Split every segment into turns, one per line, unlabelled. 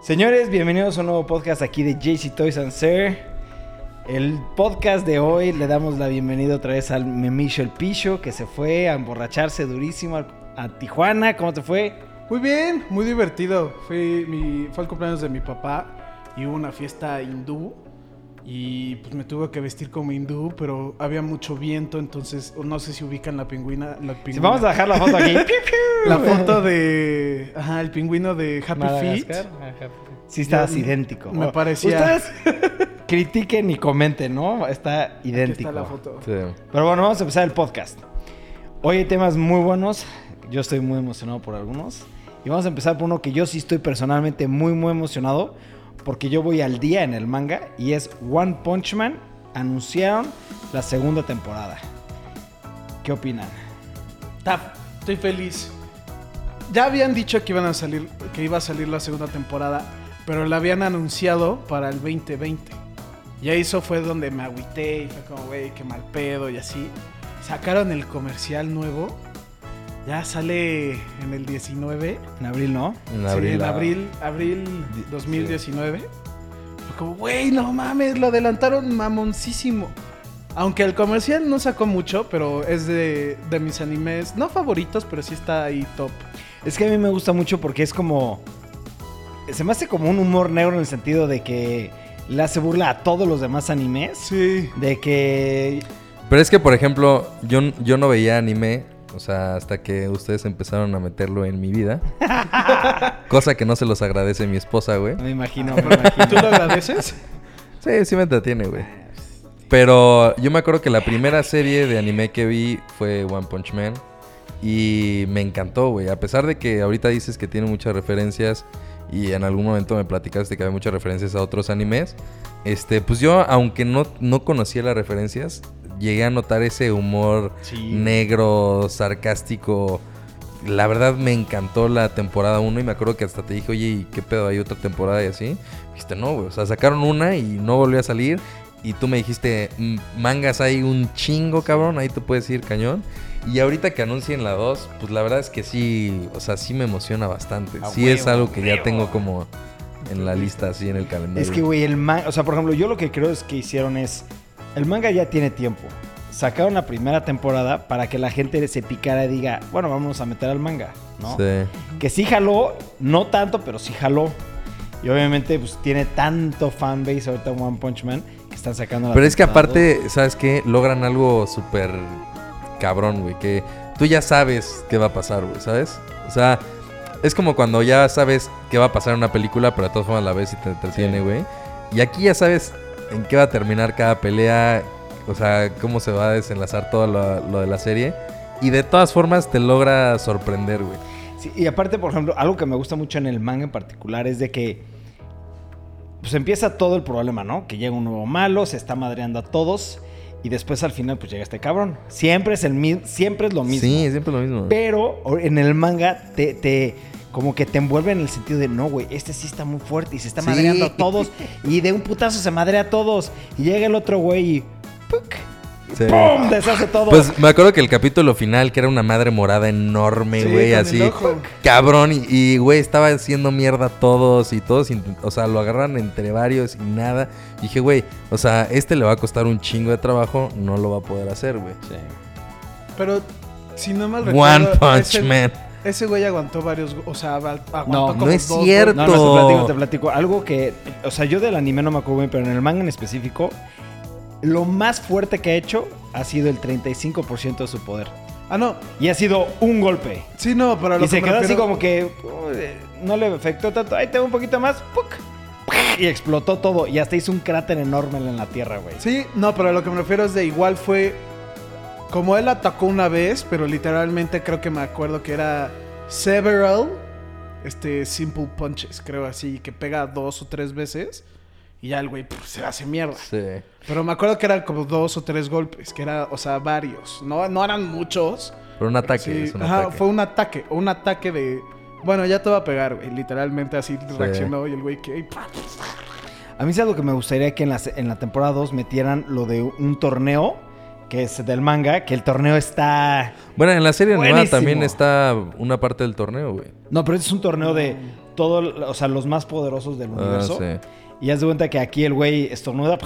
Señores, bienvenidos a un nuevo podcast aquí de JC Toys and Sir. El podcast de hoy le damos la bienvenida otra vez al Memillo el Picho que se fue a emborracharse durísimo a, a Tijuana. ¿Cómo te fue?
Muy bien, muy divertido. Fue, mi, fue el cumpleaños de mi papá y hubo una fiesta hindú. Y pues me tuve que vestir como hindú, pero había mucho viento, entonces no sé si ubican la pingüina. La pingüina.
Sí, vamos a dejar la foto aquí.
La foto de. Ajá, el pingüino de Happy Feet.
Madagascar. pues Sí, estabas
Yo-
idéntico.
me
Oh,
parecía.
Ustedes critiquen y comenten, ¿no? Está
Aquí
idéntico.
está la foto.
Sí.
Pero bueno, vamos a empezar el podcast. Hoy hay temas muy buenos. Yo estoy muy emocionado por algunos. Y vamos a empezar por uno que yo sí estoy personalmente muy, muy emocionado. Porque yo voy al día en el manga. Y es One Punch Man. Anunciaron la segunda temporada. ¿Qué opinan?
Tap, estoy feliz. Ya habían dicho que iban a salir, que iba a salir la segunda temporada, pero la habían anunciado para el 2020. Y ahí eso fue donde me agüité y fue como, güey, qué mal pedo y así. Sacaron el comercial nuevo. Ya sale en el 19.
En abril, ¿no?
En
Sí,
abril.
en
ah.
abril, abril
Di-
2019. Fue como, güey, no mames, lo adelantaron mamoncísimo. Aunque el comercial no sacó mucho, pero es de, de mis animes, no favoritos, pero sí está ahí top.
Es que a mí me gusta mucho porque es como. Se me hace como un humor negro en el sentido de que le hace burla a todos los demás animes.
Sí.
De que.
Pero es que, por ejemplo, yo, yo no veía anime, o sea, hasta que ustedes empezaron a meterlo en mi vida. Cosa que no se los agradece mi esposa, güey.
Me imagino, me imagino. Eh,
¿Tú lo agradeces?
Sí, sí me entretiene, güey. Pero yo me acuerdo que la primera serie de anime que vi fue One Punch Man. Y me encantó, güey. A pesar de que ahorita dices que tiene muchas referencias y en algún momento me platicaste que había muchas referencias a otros animes, este, pues yo, aunque no, no conocía las referencias, llegué a notar ese humor negro, sarcástico. La verdad me encantó la temporada 1 y me acuerdo que hasta te dije, oye, ¿y ¿qué pedo? ¿Hay otra temporada y así? Dijiste, no, güey. O sea, sacaron una y no volvió a salir. Y tú me dijiste, "Mm, mangas hay un chingo, cabrón. Ahí te puedes ir cañón. Y ahorita que anuncien la 2, pues la verdad es que sí, o sea, sí me emociona bastante.
A
sí es
huevo,
algo que
huevo.
ya tengo como en la lista, así en el calendario.
Es que, güey, el manga. O sea, por ejemplo, yo lo que creo es que hicieron es. El manga ya tiene tiempo. Sacaron la primera temporada para que la gente se picara y diga, bueno, vamos a meter al manga, ¿no?
Sí.
Que sí jaló, no tanto, pero sí jaló. Y obviamente, pues tiene tanto fanbase ahorita One Punch Man que están sacando la
Pero es que
temporada dos.
aparte, ¿sabes qué? Logran algo súper cabrón, güey. Que tú ya sabes qué va a pasar, güey, ¿sabes? O sea, es como cuando ya sabes qué va a pasar en una película, pero de todas formas la ves y te entretiene, güey. Y aquí ya sabes en qué va a terminar cada pelea, o sea, cómo se va a desenlazar todo lo, lo de la serie. Y de todas formas te logra sorprender, güey.
Sí, y aparte, por ejemplo, algo que me gusta mucho en el manga en particular es de que pues empieza todo el problema, ¿no? Que llega un nuevo malo, se está madreando a todos y después al final pues llega este cabrón. Siempre es el mi- siempre es lo mismo.
Sí, siempre lo mismo.
Pero o- en el manga te, te- como que te envuelve en el sentido de no, güey, este sí está muy fuerte y se está
Sí.
madreando a todos y de un putazo se madrea a todos y llega el otro güey y ¡puc!
Sí.
¡pum! deshace todo.
Pues me acuerdo que el capítulo final, que era una madre morada enorme,
Sí,
güey,
con el
así.
ojo.
Cabrón, y- y güey, estaba haciendo mierda a todos y todos, intent- o sea, lo agarran entre varios y nada. Y dije, güey, o sea, este le va a costar un chingo de trabajo, no lo va a poder hacer, güey.
Pero si no mal recuerdo.
One Punch
ese,
Man.
Ese güey aguantó varios. go- O sea, aguantó como
no es
dos go-
cierto.
No, no, te platico, te platico. Algo que, o sea, yo del anime no me acuerdo bien, pero en el manga en específico, lo más fuerte que ha hecho ha sido el 35% de su poder.
Ah, no.
Y ha sido un golpe.
Sí, no, pero a lo
Y
que
se
me
quedó así
refiero-
como que uy, no le afectó tanto. Ahí tengo un poquito más. ¡puc! Y explotó todo. Y hasta hizo un cráter enorme en la tierra, güey.
Sí, no, pero a lo que me refiero es de igual fue. Como él atacó una vez, pero literalmente creo que me acuerdo que era several este simple punches, creo así, que pega dos o tres veces y ya el güey pff, se hace mierda.
Sí.
Pero me acuerdo que eran como dos o tres golpes, que era, o sea, varios. No, no eran muchos.
Pero un ataque,
Sí,
es un
ajá,
ataque.
fue un ataque, un ataque de. Bueno, ya te va a pegar, güey. Literalmente así reaccionó y el güey que.
A mí es algo que me gustaría que en la, se- en la temporada 2 metieran lo de un torneo, que es del manga, que el torneo está...
Bueno, en la serie animada
Buenísimo.
también está una parte del torneo, güey.
No, pero este es un torneo de todos, o sea, los más poderosos del
Ah,
universo.
sí.
Y haz de cuenta que aquí el güey estornuda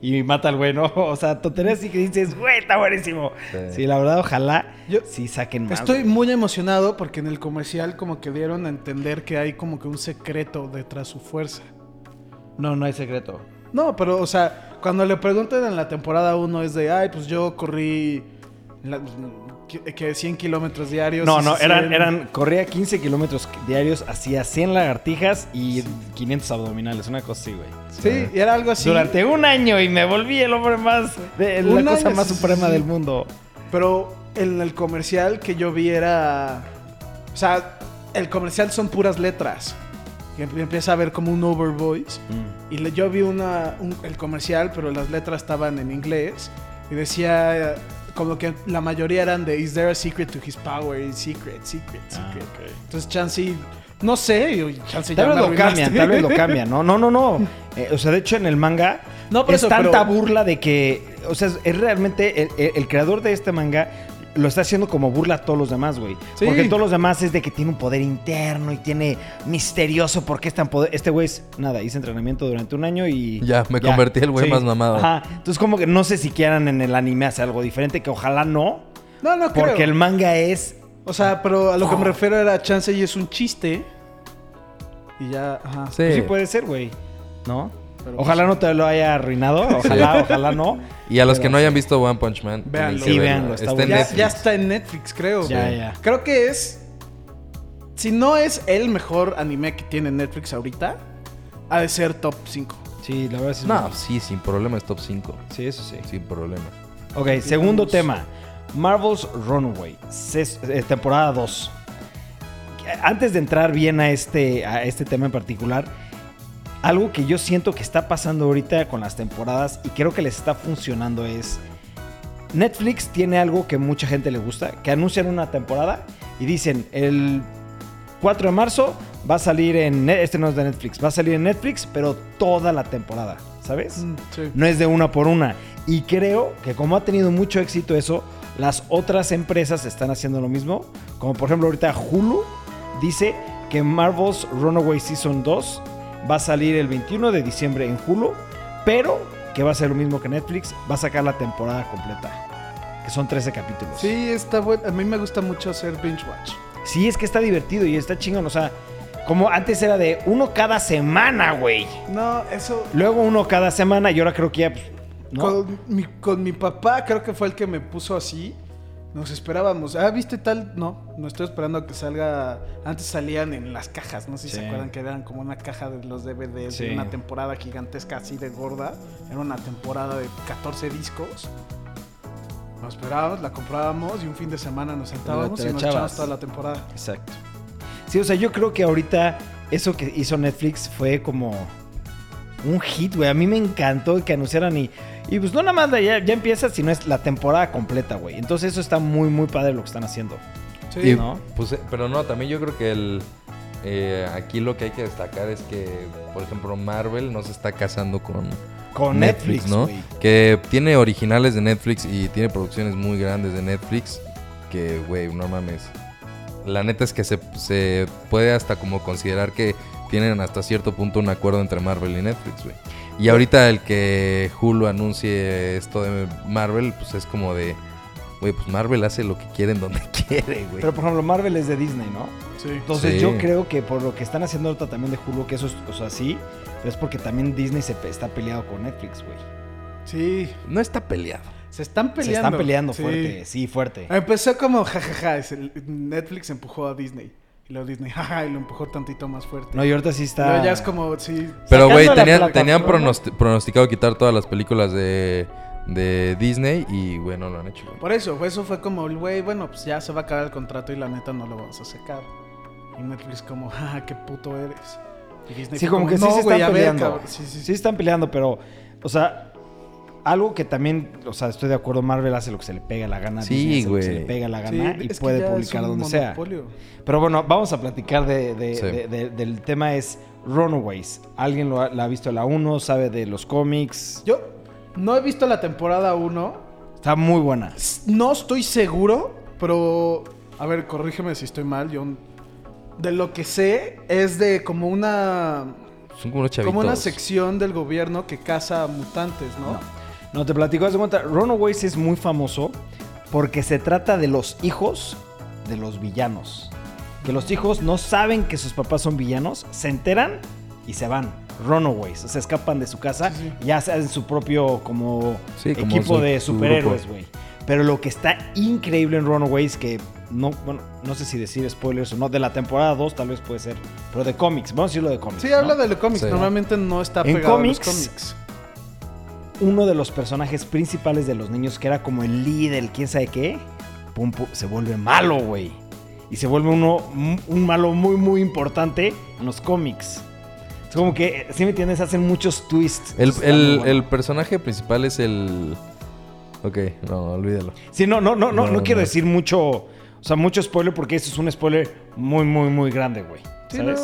y mata al güey, ¿no? O sea, tonterías y que dices, güey, está buenísimo.
Sí.
Sí, la verdad, ojalá
Yo-
sí saquen más.
Estoy
güey.
muy emocionado porque en el comercial como que dieron a entender que hay como que un secreto detrás su fuerza.
No, no hay secreto.
No, pero o sea, cuando le preguntan en la temporada 1 es de, ay, pues yo corrí la- que, que 100 kilómetros diarios.
No,
y
no,
se
eran,
siguen-
eran, corría 15 kilómetros diarios, hacía 100 lagartijas y 500 abdominales, una cosa así, güey.
Sí, y era algo así.
Durante un año y me volví el hombre más, de- la
Un
cosa
año,
más
sí,
suprema
sí,
del
sí.
mundo.
Pero en el comercial que yo vi era. O sea, el comercial son puras letras. Y em- empieza a ver como un overvoice. Y le- yo vi una, un- el comercial, pero las letras estaban en inglés. Y decía, eh, como que la mayoría eran de Is there a secret to his power? Is Secret, secret, secret. Entonces, Chansey, no sé, yo- Chansey ya
Tal vez
me
lo
arruinaste.
cambian, tal vez lo cambian, ¿no? No, no, no. Eh, o sea, de hecho, en el manga
No, por
es
eso,
tanta
pero-
burla de que. O sea, es- es realmente. El, el- el creador de este manga lo está haciendo como burla a todos los demás, güey.
Sí.
Porque todos los demás es de que tiene un poder interno y tiene misterioso porque es tan poder. Este güey es nada, hice entrenamiento durante un año y.
Ya, me convertí el güey más mamado.
Ajá. Entonces, como que no sé si quieran en el anime hacer algo diferente, que ojalá no.
No, no creo.
Porque el Oh. manga es.
O sea, pero a lo que me refiero era Chansey es un chiste. Y ya, ajá.
Sí.
pues sí puede ser, güey. ¿No?
Pero
ojalá no te lo haya arruinado. Ojalá, ojalá no.
Y a los que
Pero
no hayan visto One Punch Man,
Véanlo. Sí,
tienen que verlo.
véanlo, está
Está en
bueno.
Ya,
Netflix.
ya está en Netflix, creo.
Ya,
güey.
ya.
Creo que es. Si no es el mejor anime que tiene Netflix ahorita, ha de ser top 5.
Sí, la verdad es
No, sí, sin problema, es top 5.
Sí, eso sí.
Sin problema.
Ok, segundo tema. Marvel's Runaway, ses- eh, temporada 2. Antes de entrar bien a este, a este tema en particular, algo que yo siento que está pasando ahorita con las temporadas y creo que les está funcionando es... Netflix tiene algo que mucha gente le gusta, que anuncian una temporada y dicen el 4 de marzo va a salir en... ne- Este no es de Netflix, va a salir en Netflix, pero toda la temporada, ¿sabes?
Mm,
no es de una por una. Y creo que como ha tenido mucho éxito eso, las otras empresas están haciendo lo mismo. Como por ejemplo ahorita Hulu dice que Marvel's Runaway Season 2 va a salir el 21 de diciembre en Hulu, pero que va a ser lo mismo que Netflix, va a sacar la temporada completa, que son 13 capítulos.
Sí, está bueno. A mí me gusta mucho hacer binge watch.
Sí, es que está divertido y está chingón, o sea, como antes era de uno cada semana, güey.
No, eso.
Luego uno cada semana y ahora creo que ya... pues, ¿no?
Con, mi, con mi papá, creo que fue el que me puso así. Nos esperábamos. Ah, ¿viste tal? No, no estoy esperando a que salga. Antes salían en las cajas, no sé si
Sí.
se acuerdan que eran como una caja de los DVDs
Sí.
de una temporada gigantesca así de gorda. Era una temporada de 14 discos. Nos esperábamos, la comprábamos y un fin de semana nos sentábamos
te
y
la
nos
echabas.
echábamos toda la temporada.
Exacto. Sí, o sea, yo creo que ahorita eso que hizo Netflix fue como un hit, güey. A mí me encantó que anunciaran y, y pues no nada más ya, ya empieza, sino es la temporada completa, güey. Entonces eso está muy, muy padre lo que están haciendo.
Sí,
Y,
¿no?
pues, eh, pero no, también yo creo que el eh, aquí lo que hay que destacar es que, por ejemplo, Marvel no se está casando con
Con Netflix,
¿no?
güey.
Que tiene originales de Netflix y tiene producciones muy grandes de Netflix. Que, güey, no mames. La neta es que se, se puede hasta como considerar que tienen hasta cierto punto un acuerdo entre Marvel y Netflix, güey. Y ahorita el que Hulu anuncie esto de Marvel, pues es como de, güey, pues Marvel hace lo que quiere en donde quiere, güey.
Pero por ejemplo, Marvel es de Disney, ¿no?
sí.
Entonces
Sí.
yo creo que por lo que están haciendo ahorita también de Hulu, que eso es, o sea, sí, pero es porque también Disney se pe- está peleado con Netflix, güey.
Sí,
No está peleado.
se están peleando.
Se están peleando
Sí. Eh,
fuerte, sí, fuerte.
Empezó como jajaja, Netflix empujó a Disney. Y luego Disney, jaja, y lo empujó tantito más fuerte.
No, y ahorita sí está...
Pero ya es como, sí.
Pero, güey,
Sacando la
tenían, tenían
plataforma.
pronosti- pronosticado quitar todas las películas de, de Disney y, güey, no lo han hecho. güey.
Por eso, fue- eso fue como, el güey, bueno, pues ya se va a acabar el contrato y la neta no lo vamos a sacar. Y Netflix como, jaja, qué puto eres. Y Disney
Sí,
fue
como que sí se
güey,
están
a ver,
peleando.
cabrón". sí, sí,
Sí
sí.
están peleando, pero, o sea, algo que también, o sea, estoy de acuerdo, Marvel hace lo que se le pega la gana.
Sí,
Disney hace lo que
güey.
Se le pega la
Sí,
gana y
es que
puede
ya es
publicar
un
donde sea.
monopolio.
Pero bueno, vamos a platicar de, de-
Sí.
de- de- del tema es Runaways. ¿Alguien lo ha, la ha visto la 1? ¿Sabe de los cómics?
Yo no he visto la temporada 1.
Está muy buena.
No estoy seguro, pero. A ver, corrígeme si estoy mal. Yo de lo que sé, es de como una.
Son como unos chavitos.
Como una sección del gobierno que caza mutantes, ¿no?
No, te platico, haz de cuenta, Runaways es muy famoso porque se trata de los hijos de los villanos. Que los hijos no saben que sus papás son villanos, se enteran y se van. Runaways, se escapan de su casa
Sí, sí.
y ya hacen su propio como
Sí, como
equipo
su-
de
su
superhéroes,
grupo.
güey. Pero lo que está increíble en Runaways, que no, bueno, no sé si decir spoilers o no, de la temporada 2 tal vez puede ser, pero de cómics, vamos a decirlo de cómics.
Sí,
¿no?
habla de los cómics.
Sí.
Normalmente no está
En
pegado a los
cómics,
cómics.
uno de los personajes principales de los niños, que era como el líder, quién sabe qué, pum, pum, se vuelve malo, güey. Y se vuelve uno, un- un malo muy, muy importante en los cómics. Es como que, si me entiendes, hacen muchos twists.
El,
Está muy
el,
bueno.
el personaje principal es el. Ok, no, olvídalo.
Sí, no, no, no, no,
No,
no quiero
no.
decir mucho, o sea, mucho spoiler porque esto es un spoiler muy, muy, muy grande, güey.
Sí,
¿Sabes?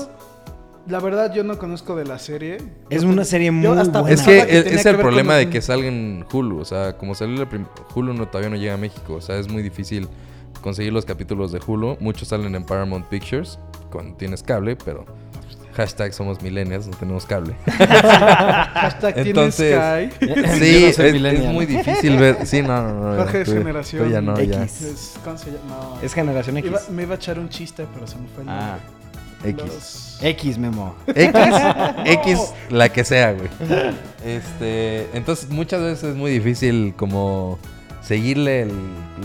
no, la verdad, yo no conozco de la serie.
Es
Yo
una
pe-
serie
yo
muy
hasta
buena.
Es
pensaba
que
Nada
es,
tenía
es
ver
el
con
problema de
un-
que salga en Hulu. O sea, como salió la prim- Hulu no, todavía no llega a México. O sea, es muy difícil conseguir los capítulos de Hulu. Muchos salen en Paramount Pictures cuando tienes cable, pero hashtag somos millennials, no tenemos cable.
Hashtag tiene
Entonces-
Sky.
sí,
Yo no
es,
soy
es
millennial.
muy difícil ver. Sí, no, no, no.
Jorge
no,
es
tú-
generación
tú ya no, ya.
X.
Es- ¿Cómo se llama? No.
Es Generación X.
Iba- me iba a echar un chiste, pero se me fue el
Ah,
nombre.
X.
Los-
X, Memo.
X,
Oh.
X, la que sea, güey. Este, entonces muchas veces es muy difícil como seguirle el-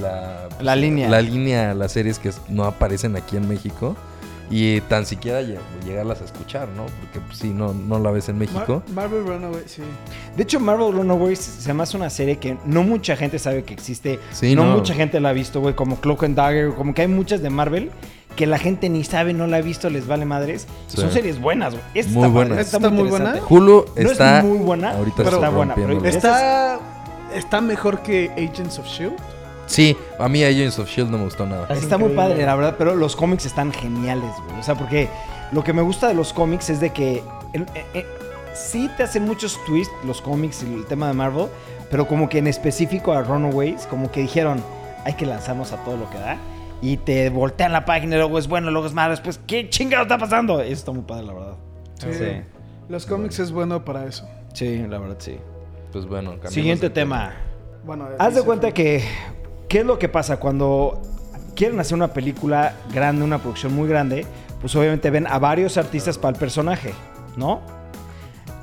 la, pues,
La línea.
la línea a las series que no aparecen aquí en México y tan siquiera lle- llegarlas a escuchar, ¿no? Porque pues, sí, no, no la ves en
Mar-
México.
Marvel Runaway, sí.
De hecho, Marvel Runaways se me hace una serie que no mucha gente sabe que existe.
Sí,
no,
no.
mucha gente la ha visto, güey. Como Cloak and Dagger, como que hay muchas de Marvel que la gente ni sabe, no la ha visto, les vale madres.
Sí.
Son series buenas, güey. Esta
Muy
está
buena.
padre,
Esta muy buena.
interesante.
Hulu
No es
está
muy buena,
ahorita
pero
está
está buena,
buena,
pero esta-
Está, está mejor que Agents of Shield.
Sí, a mí Agents of Shield E no me gustó nada.
Es
Está muy
increíble.
padre, la verdad, pero los cómics están geniales, güey. O sea, porque lo que me gusta de los cómics es de que el- eh, eh, sí te hacen muchos twists los cómics y el tema de Marvel, pero como que en específico a Runaways, como que dijeron, hay que lanzarnos a todo lo que da. Y te voltean la página, y luego es bueno, luego es malo, después, ¿qué chingado está pasando? Eso está muy padre, la verdad.
Sí. Los cómics es bueno para eso.
Sí, la verdad, sí.
Pues bueno, cambiamos
Siguiente
de-
tema.
Bueno,
Haz de
dice-
cuenta que, ¿qué es lo que pasa cuando quieren hacer una película grande, una producción muy grande? Pues obviamente ven a varios artistas para el personaje, ¿no?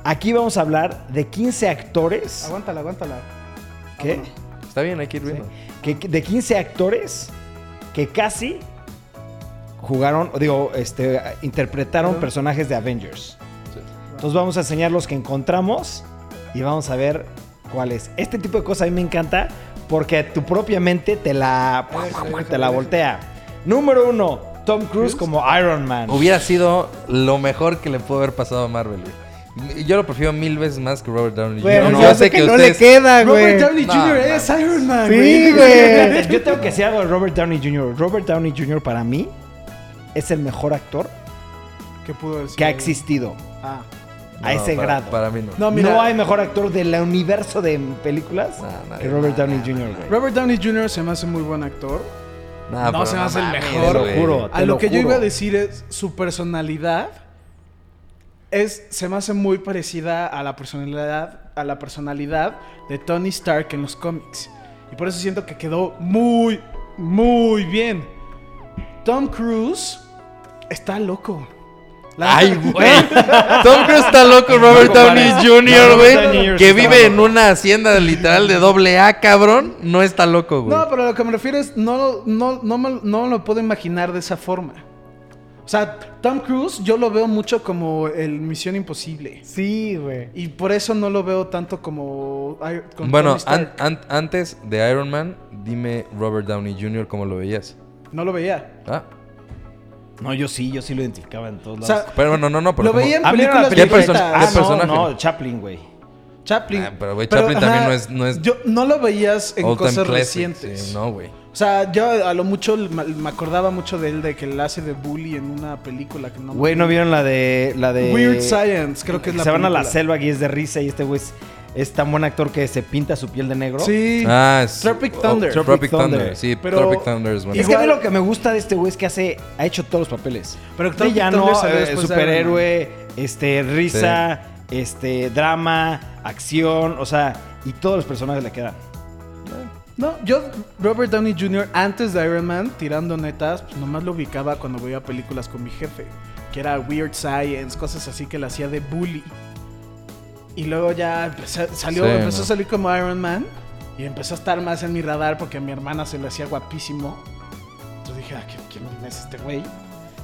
Aquí vamos a hablar de 15 actores,
Aguántala, aguántala.
¿Qué?
Está bien, hay que ir viendo.
¿eh? que, de 15 actores que casi jugaron, digo, este, interpretaron
Ajá.
personajes de Avengers.
Sí.
Entonces vamos a enseñar los que encontramos y vamos a ver cuáles. Este tipo de cosas a mí me encanta porque tu propia mente te la,
A ver, a ver,
te
a
la
ver.
voltea. Número uno, Tom Cruise como Iron Man.
Hubiera sido lo mejor que le pudo haber pasado a Marvel, güey. Yo lo prefiero mil veces más que Robert Downey Jr.
Bueno,
Yo
yo
sé que ustedes-
queda,
Robert Downey
No,
Jr.
no.
es Iron Man.
Sí, güey.
Yo tengo que decir algo de Robert Downey Jr. Robert Downey Jr. para mí es el mejor actor
¿Qué pudo decir?
que ha existido
Ah.
a
No,
ese
para-
grado.
Para mí no.
No, mira.
no hay mejor actor del universo de películas
No, no,
que Robert
no,
Downey
no,
Jr. güey.
Robert Downey Jr. se me hace muy buen actor.
No, pero
se me hace el
mames,
mejor,
te lo
güey.
juro.
A
te
lo que yo
juro.
iba a decir es su personalidad es se me hace muy parecida a la personalidad a la personalidad de Tony Stark en los cómics y por eso siento que quedó muy muy bien. Tom Cruise está loco. La-
Ay, güey. Tom Cruise está loco, Robert Downey Jr., güey. Que vive en una hacienda literal de doble A, cabrón. No está loco, güey.
No, pero a lo que me refiero es no no no me- no lo puedo imaginar de esa forma. O sea, Tom Cruise yo lo veo mucho como el Misión Imposible.
Sí, güey.
Y por eso no lo veo tanto como. ay, con
bueno,
Tony Stark.
an- an- antes de Iron Man, dime Robert Downey Jr. cómo lo veías.
no lo veía.
Ah,
No, yo sí, yo sí lo identificaba en todos
O
lados.
sea,
pero bueno, no, no. Pero
Lo
como-
veía en
Ah, mira la
películas
película.
¿Qué perso-
Ah,
qué
no,
personaje?
no, Chaplin, güey.
Chaplin.
Ah, pero, güey, Chaplin también no es- no es-
Yo no lo veías en
all-time
cosas
classic,
recientes.
sí, no, güey.
O sea, yo a lo mucho me me acordaba mucho de él, de que él hace de bully en una película que no me
Güey, ¿no
acuerdo.
vieron la de. La de
Weird Science, creo que es la
Se van a la
película.
selva y es de risa y este güey es- es tan buen actor que se pinta su piel de negro.
Sí.
Ah, es-
Tropic Thunder.
Tropic,
Tropic
Thunder.
Thunder.
Sí,
Pero-
Tropic Thunder es bueno.
Y es que a mí
Igual-
lo que me gusta de este güey es que hace, ha hecho todos los papeles.
Pero Tropic
Villano,
Thunder salió
eh,
después de
superhéroe, este, risa, este, drama, acción, o sea, y todos los personajes le quedan.
No, yo Robert Downey Jr. antes de Iron Man, tirando netas, pues nomás lo ubicaba cuando veía películas con mi jefe, que era Weird Science, cosas así que le hacía de bully. Y luego ya empecé- salió,
Sí,
empezó
¿no?
a salir como Iron Man y empezó a estar más en mi radar porque a mi hermana se le hacía guapísimo. Entonces dije, ah, ¿qué- ¿quién es este güey?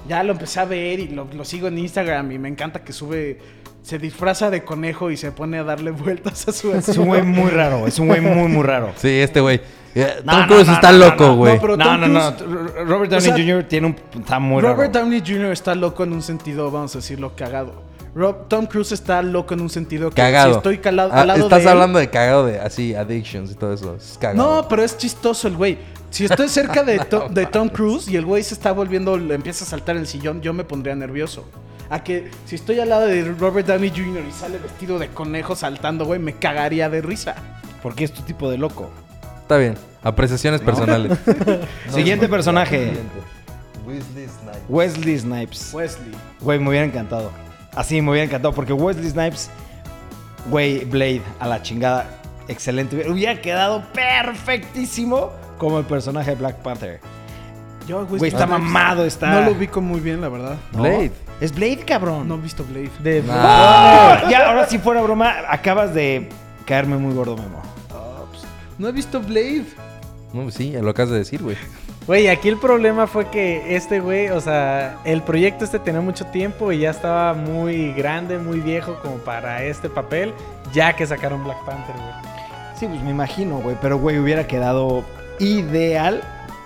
Ya lo empecé a ver y lo, lo sigo en Instagram y me encanta que sube, se disfraza de conejo y se pone a darle vueltas a su
Es un güey muy raro, es un güey muy, muy raro.
Sí, este güey. Eh,
No,
Tom
no,
Cruise
no,
está
no,
loco,
no,
güey.
no, pero
no,
Tom
no, no,
Cruise-
R- Robert
o
Downey
sea,
Jr. tiene un... Está muy
Robert
raro.
Downey Jr. está loco en un sentido, vamos a decirlo, cagado. Rob- Tom Cruise está loco en un sentido que
Cagado.
si estoy calado,
Ah,
al lado
estás
de él-
hablando de cagado de así, addictions y todo eso. Es cagado.
No, pero es chistoso el güey. Si estoy cerca de, To- de Tom Cruise y el güey se está volviendo, le empieza a saltar en el sillón, yo me pondría nervioso. A que si estoy al lado de Robert Downey Jr. y sale vestido de conejo saltando, güey, me cagaría de risa.
Porque es tu tipo de loco.
Está bien. Apreciaciones personales.
Siguiente personaje.
Weasley Snipes.
Wesley Snipes.
Wesley.
Güey, me hubiera encantado. Así, me hubiera encantado. Porque Wesley Snipes, güey, Blade, a la chingada. Excelente. Hubiera- Hubiera quedado perfectísimo como el personaje de Black Panther.
Yo,
Güey, está mamado, está-
No lo ubico muy bien, la verdad.
¿no?
Blade.
Es Blade, cabrón.
No he visto Blade.
De-
¡Ah! Ya, ahora si fuera broma, acabas de caerme muy gordo, Memo.
No he visto Blade.
No, pues sí, lo acabas de decir, güey.
Güey, aquí el problema fue que este güey, o sea, el proyecto este tenía mucho tiempo y ya estaba muy grande, muy viejo como para este papel, ya que sacaron Black Panther, güey.
Sí, pues me imagino, güey. Pero, güey, hubiera quedado ideal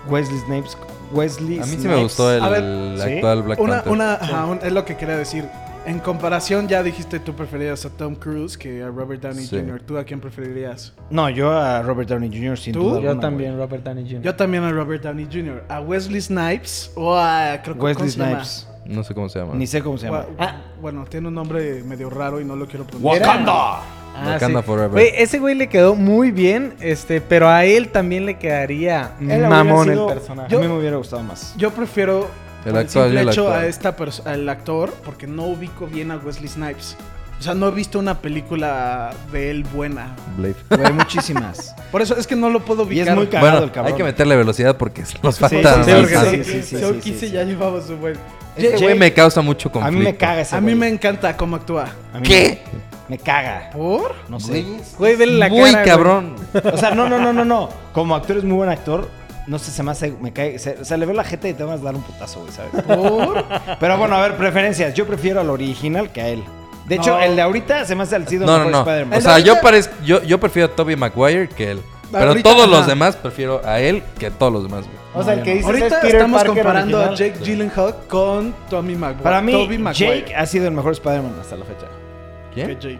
Wesley Snipes. Wesley
A mí sí
Snipes.
me gustó el,
A ver,
el
¿sí?
actual Black
una,
Panther.
una- ajá, un- es lo que quería decir. En comparación, ya dijiste tú preferirías a Tom Cruise que a Robert Downey
Sí.
Jr. ¿Tú a quién preferirías?
No, yo a Robert Downey Jr. sin
¿Tú?
duda
Yo
alguna,
también, Robert Downey Jr.
Yo también a Robert Downey Jr. ¿A Wesley Snipes o a... Creo,
güey.
que-
Wesley
¿cómo se llama?
Snipes.
No sé cómo se llama.
Ni sé cómo se llama.
Wa-
Ah.
Bueno, tiene un nombre medio raro y no lo quiero pronunciar.
¡Wakanda!
Wakanda Forever.
Ah, Güey, ese güey le quedó muy bien, este, pero a él también le quedaría
Él hubiera
mamón
sido-
el personaje.
A mí me hubiera gustado más.
Yo prefiero
El
por el
actual y
simple
el
hecho
actual.
a esta perso- al actor porque no ubico bien a Wesley Snipes. O sea, no he visto una película de él buena.
Blade.
Güey, muchísimas.
Por eso es que no lo puedo
Y
ubicar.
es muy cagado
Bueno,
el cabrón.
hay que meterle velocidad porque nos
Sí,
falta.
sí,
Sí,
nos
porque
falta.
sí,
sí,
sí, sí,
Son
sí,
15
sí.
ya llevaba su buen.
Este güey me causa mucho
A
conflicto.
mí me caga ese
A mí me
güey.
encanta cómo actúa.
A mí
¿Qué?
Me caga.
¿Por?
No sé.
Güey, vele la
Muy
cara, güey.
cabrón.
O sea, no, no, no, no, no. Como actor es muy buen actor. No sé, se me hace... Me cae... Se, o sea, le veo la jeta y te vas a dar un putazo, güey, ¿sabes?
¿Por?
Pero bueno, a ver, preferencias. Yo prefiero al original que a él. De hecho,
No.
el de ahorita se me hace al sido
No,
mejor
no, no.
Spider-Man.
O sea, yo,
Ahorita-
parez- yo, yo prefiero a Tobey Maguire que él. Pero
Ahorita,
todos los
ajá.
demás prefiero a él que a todos los demás, güey.
o sea, el que dice
Ahorita estamos comparando a Jake Gyllenhaal con Tommy Maguire.
Para mí,
Tobey Maguire.
Jake ¿Eh? ha sido el mejor Spider-Man hasta la fecha.
Que
¿Quién?
Jake.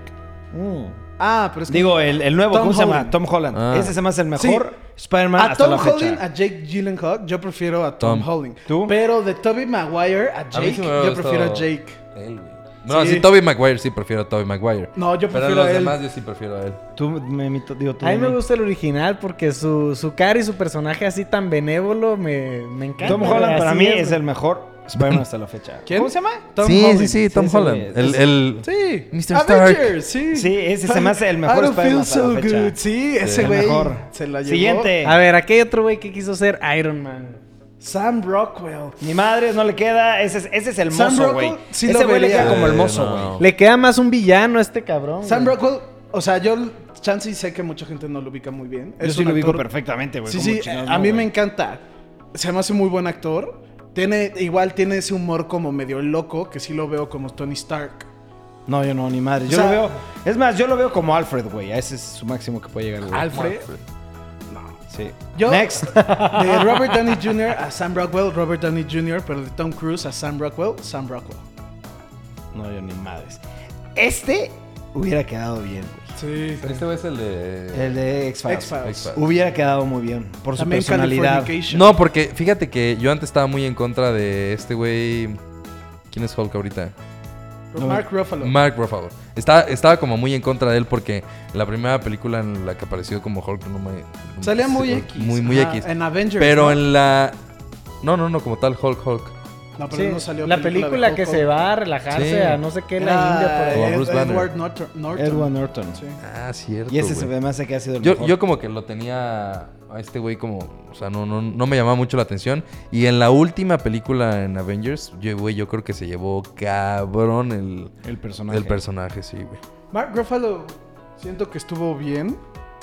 Mm.
Ah, pero es que
Digo, el, el nuevo,
Tom
¿cómo se llama?
Holland.
Tom Holland.
Ah.
Ese se me hace el
Sí.
mejor Spider-Man
a
hasta
Tom
la fecha.
Holland, a Jake Gyllenhaal, yo prefiero a Tom,
Tom.
Holland.
¿Tú?
Pero de Tobey Maguire a
A mí
Jake,
sí me hubiera
yo prefiero a
gustado
Jake.
Él, güey. No,
Sí.
sí, Tobey Maguire sí prefiero a Tobey Maguire.
No, yo
Pero
prefiero
los
a él.
demás yo sí prefiero a él.
Tú, me, mi- digo, tú.
A mí me
Dani.
gusta el original porque su, su cara y su personaje así tan benévolo me, me encanta.
Tom
güey,
Holland para
así
mí es el mejor Spider-Man hasta la fecha.
¿Quién?
¿Cómo se llama? Tom
sí,
Holland.
sí, sí, Tom
ese
Holland.
güey.
el, el...
Sí.
Mr. Stark.
Avengers, sí.
Sí, ese se me hace el mejor
I don't
Spider-Man
feel
hasta la
so
fecha.
good. Sí, ese
el
güey
mejor.
se la llevó.
Siguiente.
A ver, aquí hay otro güey que quiso ser Iron Man.
Sam Rockwell.
Ni madres, no le queda. Ese es, ese es el
Sam
mozo,
Rockwell
güey.
sí
ese
lo
güey le
vería.
queda como el
Eh,
mozo,
no.
güey.
Le queda más un villano a este cabrón.
Sam
güey.
Rockwell, o sea, yo chance y sé que mucha gente no lo ubica muy bien.
Yo
Es
sí
un
lo ubico
actor-
perfectamente, güey.
Sí,
¿Cómo
sí,
chingados
a
no,
mí me
güey?
encanta. Se me hace muy buen actor. Tiene, igual tiene ese humor como medio loco, que sí lo veo como Tony Stark.
No, yo no, ni madres. Yo
O sea-
lo veo. Es más, yo lo veo como Alfred, güey. A ese es su máximo que puede llegar, güey.
Alfred.
Sí.
Yo-
Next.
De Robert Downey Jr. a Sam Rockwell, Robert Downey Jr., pero de Tom Cruise a Sam Rockwell, Sam Rockwell.
No, yo ni madres. Este hubiera quedado bien, güey.
Sí.
Este güey es el de...
El de X-Files.
X-Files.
X-Files.
Hubiera quedado muy bien. Por su
También
personalidad.
Californication.
No, porque fíjate que yo antes estaba muy en contra de este güey... ¿Quién es Hulk ahorita?
No,
Mark Ruffalo.
Mark Ruffalo. Está, estaba como muy en contra de él porque la primera película en la que apareció como Hulk no me... no
Salía
me-
muy
sí,
X.
Muy, muy
ajá,
X.
En Avengers.
Pero
¿no?
en la... No, no, no, como tal Hulk Hulk.
No, pero
Sí,
no salió
la
de
película
Hulk
que
Hogan.
se va a relajarse
Sí.
a no sé qué, la
Era
India por ahí.
Como
Ed-
Bruce
Edward
Banner.
Norton. Norton.
Edward Norton.
Sí.
Ah, cierto.
Y ese
güey.
se me hace que ha sido el
Yo,
mejor.
yo como que lo tenía a este güey como... O sea, no, no, no me llamaba mucho la atención. Y en la última película en Avengers, yo, güey, yo creo que se llevó cabrón el,
el personaje.
el personaje, sí, güey.
Mark Ruffalo siento que estuvo bien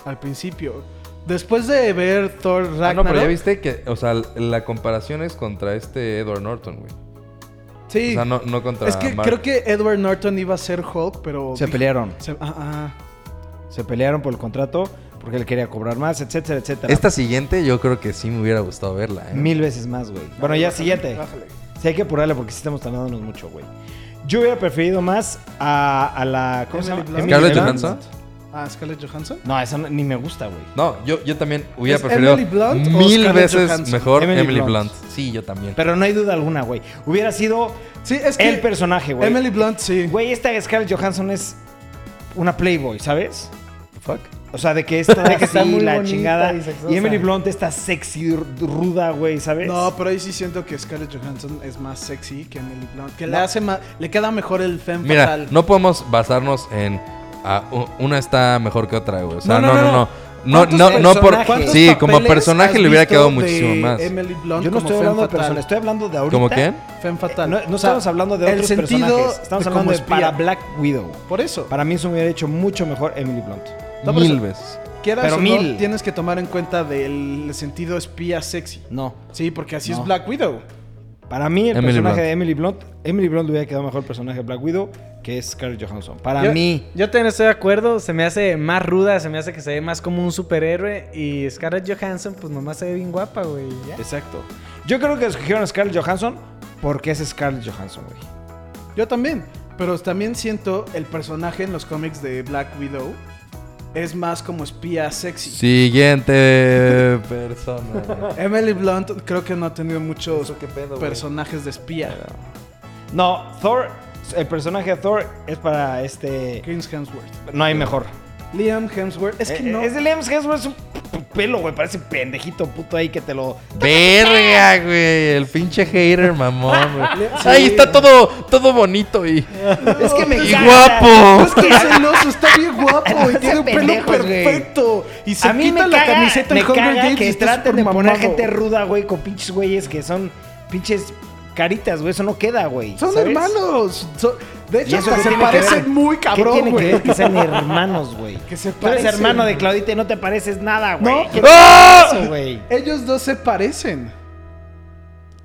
al principio. Después de ver Thor Ragnarok.
Ah, no, pero ya viste que... O sea, la comparación es contra este Edward Norton, güey.
Sí.
O sea, no, no contra
es que
Mark.
creo que Edward Norton iba a ser Hulk, pero.
Se
dijo-
pelearon.
se- ah, ah.
Se pelearon por el contrato porque él quería cobrar más, etcétera, etcétera.
Esta siguiente yo creo que sí me hubiera gustado verla. ¿eh?
Mil veces más, güey. Bueno, ya siguiente.
Bájale.
Sí, hay que apurarle porque sí estamos tardándonos mucho, güey. Yo hubiera preferido más a, a la. ¿Cómo se
Emily
llama?
Blunt.
Emily
¿Scarlett
Blunt.
Johansson?
Ah, Scarlett Johansson.
No, esa no- ni me gusta, güey.
No, yo, yo también hubiera
¿Es
preferido
Emily Blunt o
mil
Scarlett
veces
Johansson?
mejor
Emily
Emily,
Blunt.
Blunt. Sí, yo también.
Pero no hay duda alguna, güey. Hubiera sido
Sí, es que.
el personaje, güey.
Emily Blunt, sí.
Güey, esta Scarlett Johansson es una Playboy, ¿sabes?
Fuck.
O sea, de que está,
De
así,
que está muy
la
bonita
chingada.
y sexosa.
Y, Emily Blunt está sexy, r- ruda, güey, ¿sabes?
No, pero ahí sí siento que Scarlett Johansson es más sexy que Emily Blunt. Que le
No.
hace más. Le queda mejor el femme
Mira,
fatal.
no podemos basarnos en ah, u- una está mejor que otra, güey. O sea,
No,
no,
no,
no,
no,
no. No,
¿Cuántos
no, no por
personajes?
sí, como
papeles
personaje
has
le hubiera
visto
quedado
de
muchísimo más.
Emily Blunt
yo no
como
estoy
femme
hablando de
fatal.
personas, estoy hablando de ahorita.
¿Cómo quién?
Femme
No,
fatal.
no
O sea,
estamos hablando de
el
otros
sentido
personajes. Estamos
de
hablando
cómo
de para
espía.
Black Widow.
Por eso.
Para mí eso me hubiera hecho mucho mejor Emily Blunt.
No, pero
mil
eso-
veces.
Quieras
Pero
o no,
mil.
tienes que tomar en cuenta del sentido espía sexy.
No.
Sí, porque así
No.
es Black Widow.
Para mí el
Emily
personaje
Blunt.
de Emily Blunt, Emily Blunt le hubiera quedado mejor el personaje de Black Widow que es Scarlett Johansson. Para
yo,
mí.
Yo también estoy de acuerdo. Se me hace más ruda, se me hace que se ve más como un superhéroe. Y Scarlett Johansson, pues nomás se ve bien guapa, güey. y ya.
Exacto. Yo creo que escogieron a Scarlett Johansson porque es Scarlett Johansson, güey.
Yo también. Pero también siento el personaje en los cómics de Black Widow es más como espía sexy.
Siguiente persona.
Emily Blunt creo que no ha tenido muchos personajes de espía.
No, Thor, el personaje de Thor es para este.
Chris Hemsworth.
No hay mejor.
Liam Hemsworth. Es que
Eh,
no.
Es de Liam Hemsworth, es un p- pelo, güey. Parece pendejito puto ahí que te lo.
Verga, güey, el pinche hater mamón, güey.
Sí.
Ahí está todo todo bonito y
es que me
y
caga.
guapo.
Es que es celoso, está bien guapo y tiene un pelo
pendejos, güey.
perfecto. Y se
a mí
quita
me
la
caga,
camiseta
me
en Hunger
caga
Games y
que
está
traten de
súper
poner
mamado.
gente ruda, güey, con pinches güeyes que son pinches caritas, güey. Eso no queda, güey.
Son
¿sabes?
hermanos. son-
¿Y
de hecho,
eso
hasta
qué
se
tiene que ver?
parecen muy
¿Qué
cabrón,
tiene que
güey.
ver que sean hermanos, güey?
Que se
Tú eres
parecen.
hermano de Claudita y no te pareces nada, güey.
No,
¿Qué
pero-
¡Ah!
es eso, güey?
Ellos dos se parecen.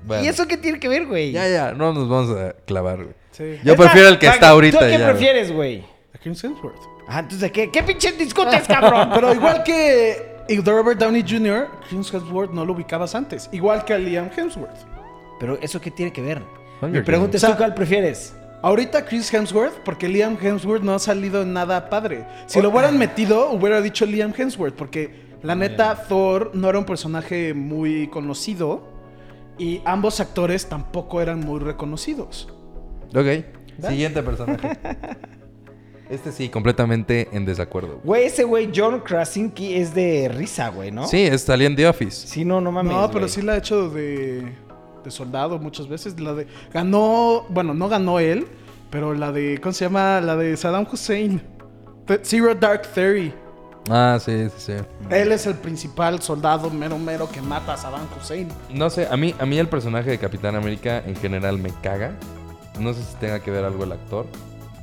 Bueno.
¿Y eso qué tiene que ver, güey?
Ya, ya, no nos vamos a clavar, güey.
Sí.
Yo
Es
prefiero
más,
el que
¿para
está
qué?
ahorita.
¿Tú qué
ya, güey.
prefieres, güey?
A Chris Hemsworth.
Ah, entonces, ¿qué, qué pinche discutes, cabrón?
Pero igual que Robert Downey Jr., Chris Hemsworth no lo ubicabas antes. Igual que a Liam Hemsworth.
Pero eso qué tiene que ver?
Hunger
Mi pregunta
Games.
es,
O
¿tú
sea,
cuál prefieres?
Ahorita Chris Hemsworth, porque Liam Hemsworth no ha salido en nada padre. Si lo hubieran metido, hubiera dicho Liam Hemsworth, porque la neta Thor no era un personaje muy conocido y ambos actores tampoco eran muy reconocidos.
Ok. Siguiente personaje. Este sí, completamente en desacuerdo. güey.
Güey, ese güey John Krasinski es de risa, güey, ¿no?
Sí, es salía en The Office.
Sí, no, no mames.
no, pero
güey.
sí la ha hecho de, de soldado muchas veces. La de ganó, bueno, no ganó él, pero la de ¿cómo se llama? La de Saddam Hussein, Th- Zero Dark Theory.
Ah, sí, sí, sí.
Mm.
Él es el principal soldado mero mero que mata a Saddam Hussein.
No sé, a mí, a mí el personaje de Capitán América en general me caga. No sé si tenga que ver algo el actor,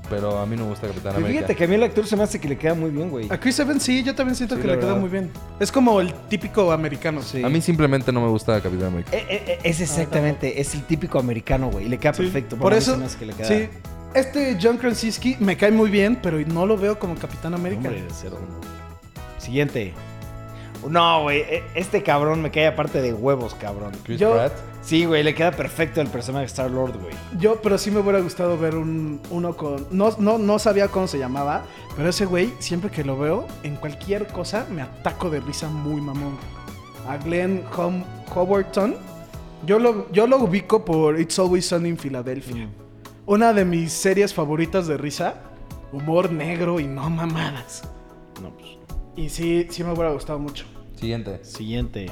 pero a mí no me gusta Capitán
Pero
América.
Pues fíjate que a mí el actor se me hace que le queda muy bien, güey.
A Chris Evans sí, yo también siento
Sí,
que
la
le queda
verdad.
muy bien. Es como el típico americano. Ah,
Sí.
A mí simplemente no me gusta Capitán América.
Eh, eh, eh, es exactamente, es el típico americano, güey. Y le queda
Sí.
perfecto.
Por
Bueno, a mí
eso,
se me hace que le queda-
sí. Este John Krasinski me cae muy bien, pero no lo veo como Capitán América.
Hombre, cero. Siguiente. No, güey. e- Este cabrón me cae aparte de huevos, cabrón.
Chris
yo-
Pratt.
Sí, güey, le queda perfecto el personaje de Star Lord, güey.
Yo, pero sí me hubiera gustado ver un, uno con... No, no, no sabía cómo se llamaba, pero ese güey, siempre que lo veo, en cualquier cosa, me ataco de risa muy mamón. A Glenn Hom-
Mm.
Howerton, yo lo, yo lo ubico por It's Always Sunny in Philadelphia. una de mis series favoritas de risa. Humor negro y no mamadas.
No, pues,
Y sí, sí me hubiera gustado mucho.
Siguiente.
Siguiente.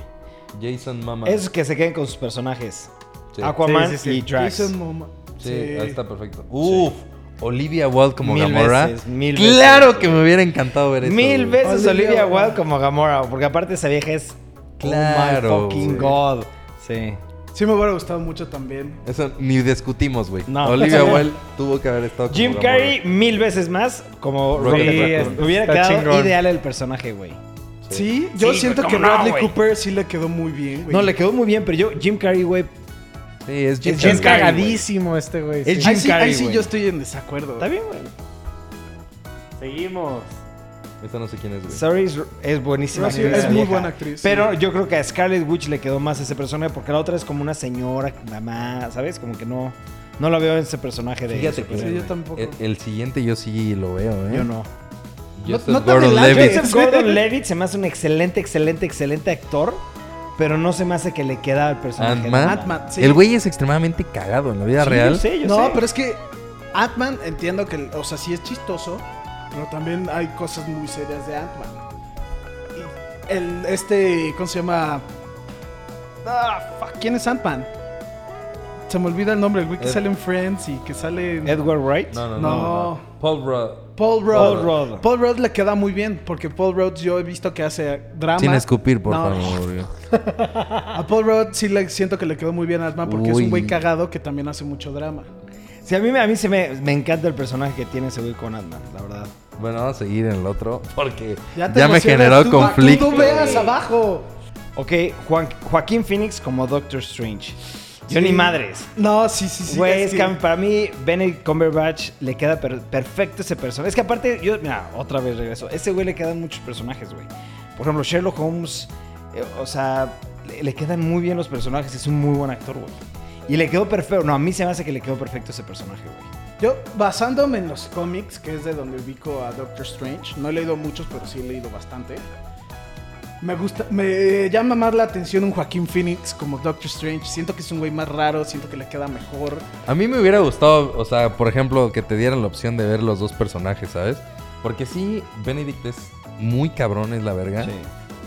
Jason Mama.
Esos que se queden con sus personajes.
Sí.
Aquaman
Sí, sí, sí.
y Drax.
Jason Momoa.
Sí,
Sí.
ahí está perfecto. Uf, Olivia Wilde como
Mil
Gamora.
veces, mil
claro
veces.
que me hubiera encantado ver eso.
Mil
güey.
veces
Olivia
Olivia
Wilde.
Wilde como Gamora, porque aparte esa vieja es
Claro,
Oh my fucking
güey.
god. Sí.
Sí me hubiera gustado mucho también.
Eso ni discutimos, güey.
No.
Olivia Wilde tuvo que haber estado como
Jim
Gamora.
Carrey mil veces más como Rocket
Rocket Raccoon.
Raccoon. Hubiera
Está
quedado
chingón.
ideal el personaje, güey.
Sí, yo
Sí,
siento
güey,
que
¿cómo no,
Bradley
güey?
Cooper sí le quedó muy bien, güey.
No, le quedó muy bien, pero yo Jim Carrey, güey,
Sí, es Jim
Es Jim
Es
Carrey,
Carrey.
cagadísimo este güey.
Es
sí.
Jim
ahí sí,
Carrey,
ahí sí
güey.
yo estoy en desacuerdo.
está bien, güey.
Seguimos.
Esta no sé quién es, güey.
Sorry es, es buenísima.
No, sí,
actriz,
es muy
vieja.
buena actriz, sí.
Pero yo creo que a Scarlet Witch le quedó más ese personaje porque la otra es como una señora, mamá, ¿sabes? Como que no, no la veo en ese personaje de
Fíjate que-
superhéroe,
Sí, yo
güey.
tampoco.
El, el siguiente yo sí lo veo, ¿eh?
Yo no.
Justin
no te
Gordon
relajes.
Levitt.
¿En serio?
Gordon Levitt se me hace un excelente, excelente, excelente actor, pero no se me hace que le queda al personaje.
Ant-Man.
de
Ant-Man, sí.
El güey es extremadamente cagado en la vida
Sí,
real.
yo sé, yo
No,
sé.
pero es que Ant-Man entiendo que, o sea, sí es chistoso, pero también hay cosas muy serias de Ant-Man. Y el, este, ¿cómo se llama? Ah, fuck, ¿quién es Ant-Man? Se me olvida el nombre, el güey que
Ed-
sale en Friends y que sale en...
Edward Wright.
No, no, no.
No.
no. Paul Rudd.
Paul Rudd.
Paul
Paul
Rudd.
Rudd. le queda muy bien, porque Paul Rudd yo he visto que hace drama.
Sin escupir, por
No,
favor. güey.
A Paul Rudd sí le siento que le quedó muy bien a Ant-Man porque es
Uy.
un güey cagado que también hace mucho drama.
Sí, a mí, me- a mí se me, me encanta el personaje que tiene ese güey con Ant-Man, la verdad.
Bueno, vamos a seguir en el otro porque ya,
te
me
emocionas,
generó
tú-
conflicto.
Tú veas abajo.
Ok, Juan- Joaquín Phoenix como Doctor Strange. Yo
Sí.
ni madres.
No, sí, sí, sí.
Güey, es
es
que
que-
para mí Benedict Cumberbatch le queda per- perfecto ese personaje. Es que aparte, yo, mira, otra vez regreso. Ese güey le quedan muchos personajes, güey. Por ejemplo, Sherlock Holmes, eh, o sea, le, le quedan muy bien los personajes. Es un muy buen actor, güey. Y le quedó perfecto. No, a mí se me hace que le quedó perfecto ese personaje, güey.
Yo, basándome en los cómics, que es de donde ubico a Doctor Strange, no he leído muchos, pero sí he leído bastante. Me gusta, me llama más la atención un Joaquín Phoenix como Doctor Strange. Siento que es un güey más raro, siento que le queda mejor.
A mí me hubiera gustado, o sea, por ejemplo, que te dieran la opción de ver los dos personajes, ¿sabes? Porque sí, Benedict es muy cabrón, es la verga.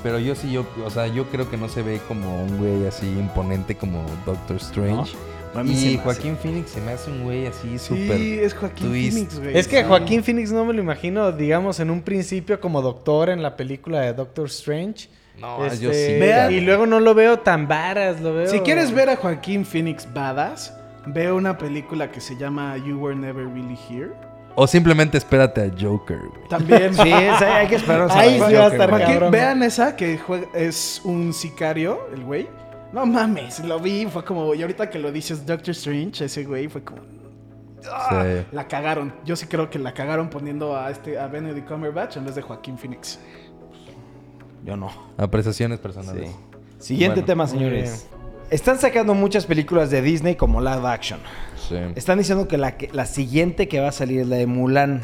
Pero yo sí, yo, o sea, yo creo que no se ve como un güey así imponente como Doctor Strange.
No, a mí se me
Y
hace.
Joaquín Phoenix se me hace un güey
Sí,
así súper.
es Joaquín
twist.
Phoenix, güey.
Es que
Sí.
Joaquín Phoenix no me lo imagino, digamos, en un principio como doctor en la película de Doctor Strange.
No,
Este,
yo sí.
Vean-
güey.
Y luego no lo veo tan varas, lo veo.
Si quieres ver a Joaquín Phoenix badass, ve una película que se llama You Were Never Really Here.
O simplemente espérate a Joker, güey.
También.
Sí, es- hay hay que esperar.
Ahí sí va a estar
Joaquín,
cabrón.
vean esa que juega- es un sicario, el güey. No mames, lo vi, fue como, y ahorita que lo dices Doctor Strange, ese güey fue como, ah,
Sí.
la cagaron. Yo sí creo que la cagaron poniendo a este a Benedict Cumberbatch en vez de Joaquín Phoenix.
Yo no.
Ah.
Apreciaciones personales.
Sí. Siguiente
Bueno.
tema, señores. Están sacando muchas películas de Disney como live action.
Sí.
Están diciendo que la, que- la siguiente que va a salir es la de Mulan.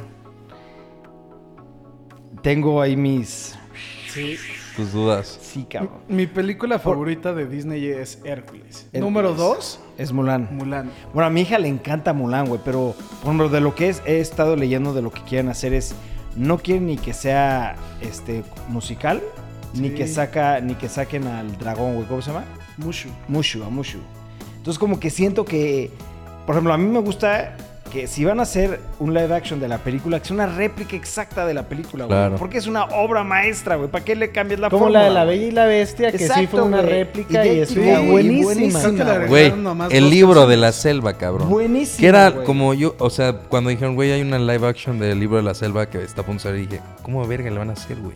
Tengo ahí mis.
Tus dudas.
Sí, cabrón.
Mi película favorita de Disney es Hércules.
Hércules.
Número 2,
Es Mulan.
Mulan.
Bueno, a mi hija le encanta Mulan, güey, pero por ejemplo, de lo que es, he estado leyendo de lo que quieren hacer es. No quieren ni que sea este musical, ni
Sí.
que saca, ni que saquen al dragón, güey. ¿Cómo se llama?
Mushu.
Mushu, a Mushu. Entonces como que siento que, por ejemplo, a mí me gusta que si van a hacer un live action de la película, que sea una réplica exacta de la película, güey.
Claro.
Porque es una obra maestra, güey. ¿Para qué le cambias la
Como
fórmula?
la de la Bella y la Bestia, que sí
Exacto,
fue una
güey.
réplica y,
de-
es
güey,
y
buenísima.
güey.
buenísima, güey.
Güey,
nomás
el
dos
libro de
personas.
la selva, cabrón.
Buenísima,
Que era
güey.
como yo, o sea, cuando dijeron, güey, hay una live action del libro de la selva que está a punto de salir, dije, ¿cómo verga le van a hacer, güey?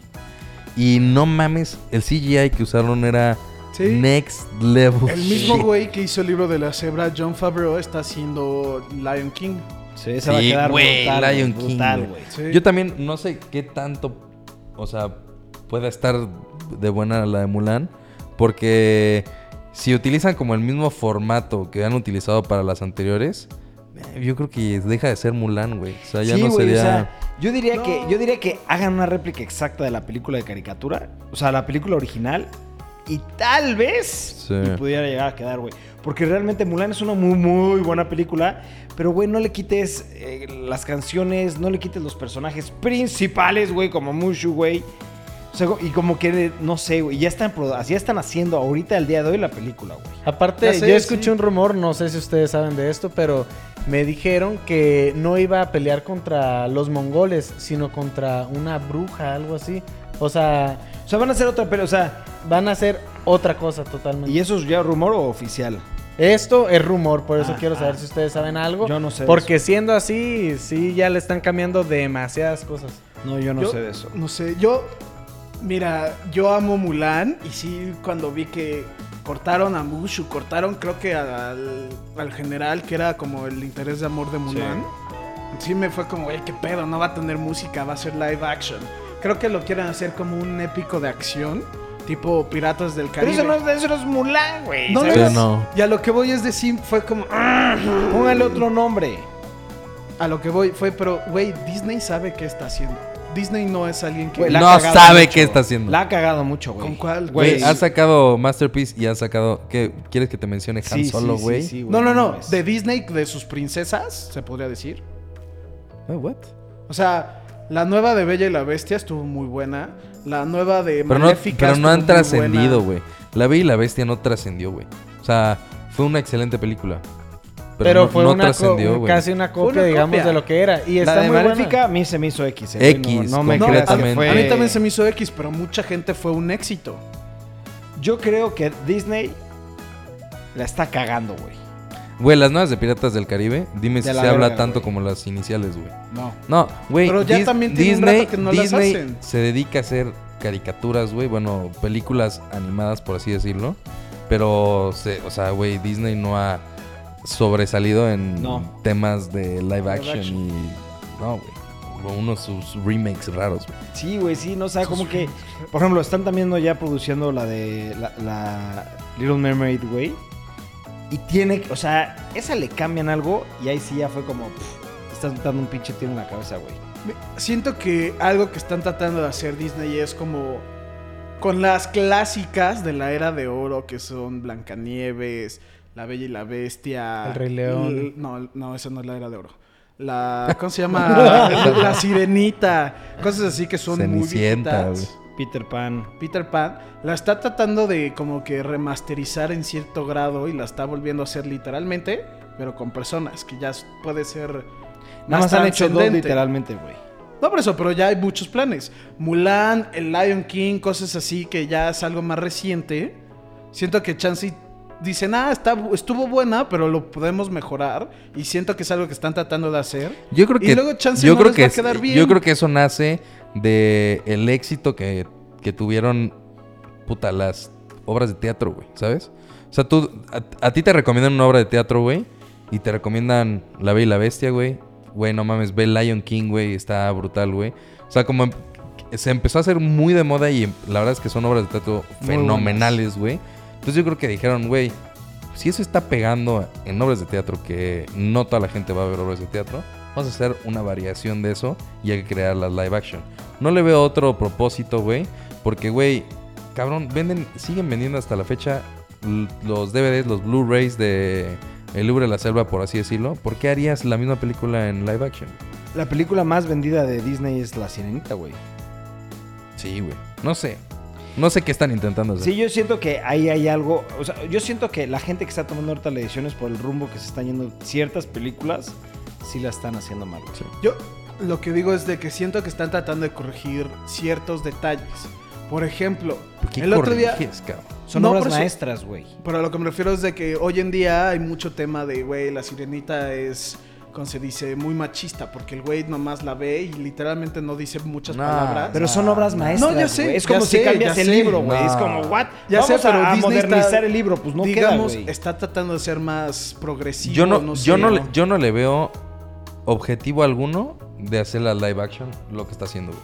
Y no mames, el CGI que usaron era
Sí.
next level.
Pues
El mismo
shit.
güey que hizo el libro de la cebra, John Favreau, está haciendo Lion King.
Sí, esa va a
Sí,
quedar
güey,
brutal,
Lion
güey,
King,
brutal,
güey.
güey.
Sí.
Yo también no sé qué tanto, o sea, pueda estar de buena la de Mulan, porque si utilizan como el mismo formato que han utilizado para las anteriores, eh, yo creo que deja de ser Mulan, güey. O sea, ya
Sí,
no
güey,
sería...
o sea, yo diría
No.
que yo diría que hagan una réplica exacta de la película de caricatura, o sea, la película original y tal vez
Sí.
y pudiera llegar a quedar, güey. Porque realmente Mulan es una muy, muy buena película, pero, güey, no le quites eh, las canciones, no le quites los personajes principales, güey, como Mushu, güey. O sea, y como que, no sé, güey, ya están, produ- ya están haciendo ahorita el día de hoy la película, güey.
Aparte,
Ya sé,
yo escuché
sí.
un rumor, no sé si ustedes saben de esto, pero me dijeron que no iba a pelear contra los mongoles, sino contra una bruja, algo así. O sea,
O sea, van a hacer otra película, o sea,
van a hacer otra cosa totalmente.
¿y eso es ya rumor o oficial?
Esto es rumor, por eso
Ah,
quiero saber
ah.
si ustedes saben algo.
Yo no sé de
Porque siendo así, sí, ya le están cambiando demasiadas cosas.
No, yo no
Yo-
sé de eso.
No sé, yo. Mira, yo amo Mulan y sí, cuando vi que cortaron a Mushu, cortaron creo que al, al general, que era como el interés de amor de Mulan. Sí, me fue como, oye, qué pedo, no va a tener música, va a ser live action. Creo que lo quieren hacer como un épico de acción, tipo Piratas del
Pero
Caribe.
eso no, es- eso no es Mulan, güey.
No,
¿sabes?
no,
Sí, no.
Y a lo que voy es decir, fue como, "Ah",
Póngale otro nombre.
a lo que voy fue, pero, güey, Disney sabe qué está haciendo. Disney no es alguien que...
Güey, la ha
No
cagado
sabe qué está haciendo.
La ha cagado mucho, güey.
¿Con cuál?
Güey,
Güey, ha sacado Masterpiece y ha sacado... ¿Qué? ¿Quieres que te mencione Han
sí, sí,
Solo,
sí,
güey?
sí, güey,
No, no, no.
mames.
De Disney, de sus princesas, se podría decir.
Eh, what?
O sea, la nueva de Bella y la Bestia estuvo muy buena. La nueva de
Pero no,
Maléfica
pero
estuvo
no han
muy buena.
trascendido, güey. La Bella y la Bestia no trascendió, güey. O sea, fue una excelente película. Pero,
Pero
no,
fue
no
una co-
trascendió, güey.
casi una copia,
una
digamos,
copia.
de lo que era. Y está
La de
muy buena.
Maléfica a mí se me hizo X. eh, güey,
X,
no, no me
No,
creas que
completamente.
fue-
A mí también se me hizo X, pero mucha gente fue un éxito.
Yo creo que Disney la está cagando, güey.
Güey, las nuevas de Piratas del Caribe, dime si
De
se
la
habla
verga,
tanto
güey.
como las iniciales, güey.
No.
No, güey.
Pero ya
Dis-
también tiene un
Disney,
rato que no las
Disney
hacen.
se dedica a hacer caricaturas, güey. Bueno, películas animadas, por así decirlo. Pero, se, o sea, güey, Disney no ha sobresalido en
No.
temas de live
Live
action,
action.
y... No, güey. O Unos sus remakes raros, güey.
Sí, güey, sí, no sé, como que... Por ejemplo, están también ¿no? ya produciendo la de la, la Little Mermaid, güey. Y tiene, o sea, esa le cambian algo y ahí sí ya fue como... pff, estás dando un pinche tiro en la cabeza, güey.
Me- Siento que algo que están tratando de hacer Disney es como con las clásicas de la era de oro, que son Blancanieves, La Bella y la Bestia.
El Rey León.
L- no, no, esa no es la era de oro. La, ¿Cómo se llama? la Sirenita. Cosas así que son muy
Cenicienta,
viejitas.
güey.
Peter Pan.
Peter Pan la está tratando de como que remasterizar en cierto grado y la está volviendo a hacer literalmente, pero con personas que ya s- puede ser
Nada más han hecho dos
trascendente.
literalmente, güey.
No por eso, pero ya hay muchos planes. Mulan, el Lion King, cosas así que ya es algo más reciente. Siento que Chansey dice, ah, está, estuvo buena, pero lo podemos mejorar. Y siento que es algo que están tratando de hacer.
Yo creo
Y
que.
luego chance
yo
no
creo
les
que
va a
es-
quedar bien.
Yo creo que eso nace de el éxito que, que tuvieron. Puta, las obras de teatro, güey. ¿Sabes? O sea, tú. A, a ti te recomiendan una obra de teatro, güey. Y te recomiendan La Bella y la Bestia, güey. Güey, no mames, ve Lion King, güey. Está brutal, güey. O sea, como em- se empezó a hacer muy de moda y em- la verdad es que son obras de
Muy
teatro
buenas.
fenomenales, güey. Entonces yo creo que dijeron, güey, si eso está pegando en obras de teatro, que no toda la gente va a ver obras de teatro, vamos a hacer una variación de eso y hay que crear las live action. No le veo otro propósito, güey, porque, güey, cabrón, venden, siguen vendiendo hasta la fecha l- los DVDs, los Blu-rays de El Louvre de la Selva, por así decirlo. ¿Por qué harías la misma película en live action?
La película más vendida de Disney es La Sirenita, güey.
Sí, güey. No sé. No sé qué están intentando hacer.
Sí, yo siento que ahí hay algo. O sea, yo siento que la gente que está tomando ahorita las decisiones por el rumbo que se están yendo ciertas películas, sí la están haciendo mal. güey.
Yo lo que digo es de que siento que están tratando de corregir ciertos detalles. Por ejemplo,
¿Por qué
el otro día...
corriges, cabrón?
Son
No,
obras
por eso-
maestras, güey.
Pero a lo que me refiero es de que hoy en día hay mucho tema de, güey, la sirenita es, como se dice, muy machista, porque el güey nomás la ve y literalmente no dice muchas
No,
palabras.
Pero son
Ah.
No,
obras
no.
maestras.
No, ya sé,
güey. Es
ya
como si
sé,
cambias
ya
el
sé.
libro, güey.
No.
Es como, what?
Ya
Vamos
sé, pero
a, a
Disney está-
modernizar el libro, pues no
digamos,
queda, güey.
está tratando de ser más progresivo.
yo no, yo,
sé,
no le, yo no le veo objetivo alguno de hacer la live action lo que está haciendo, güey.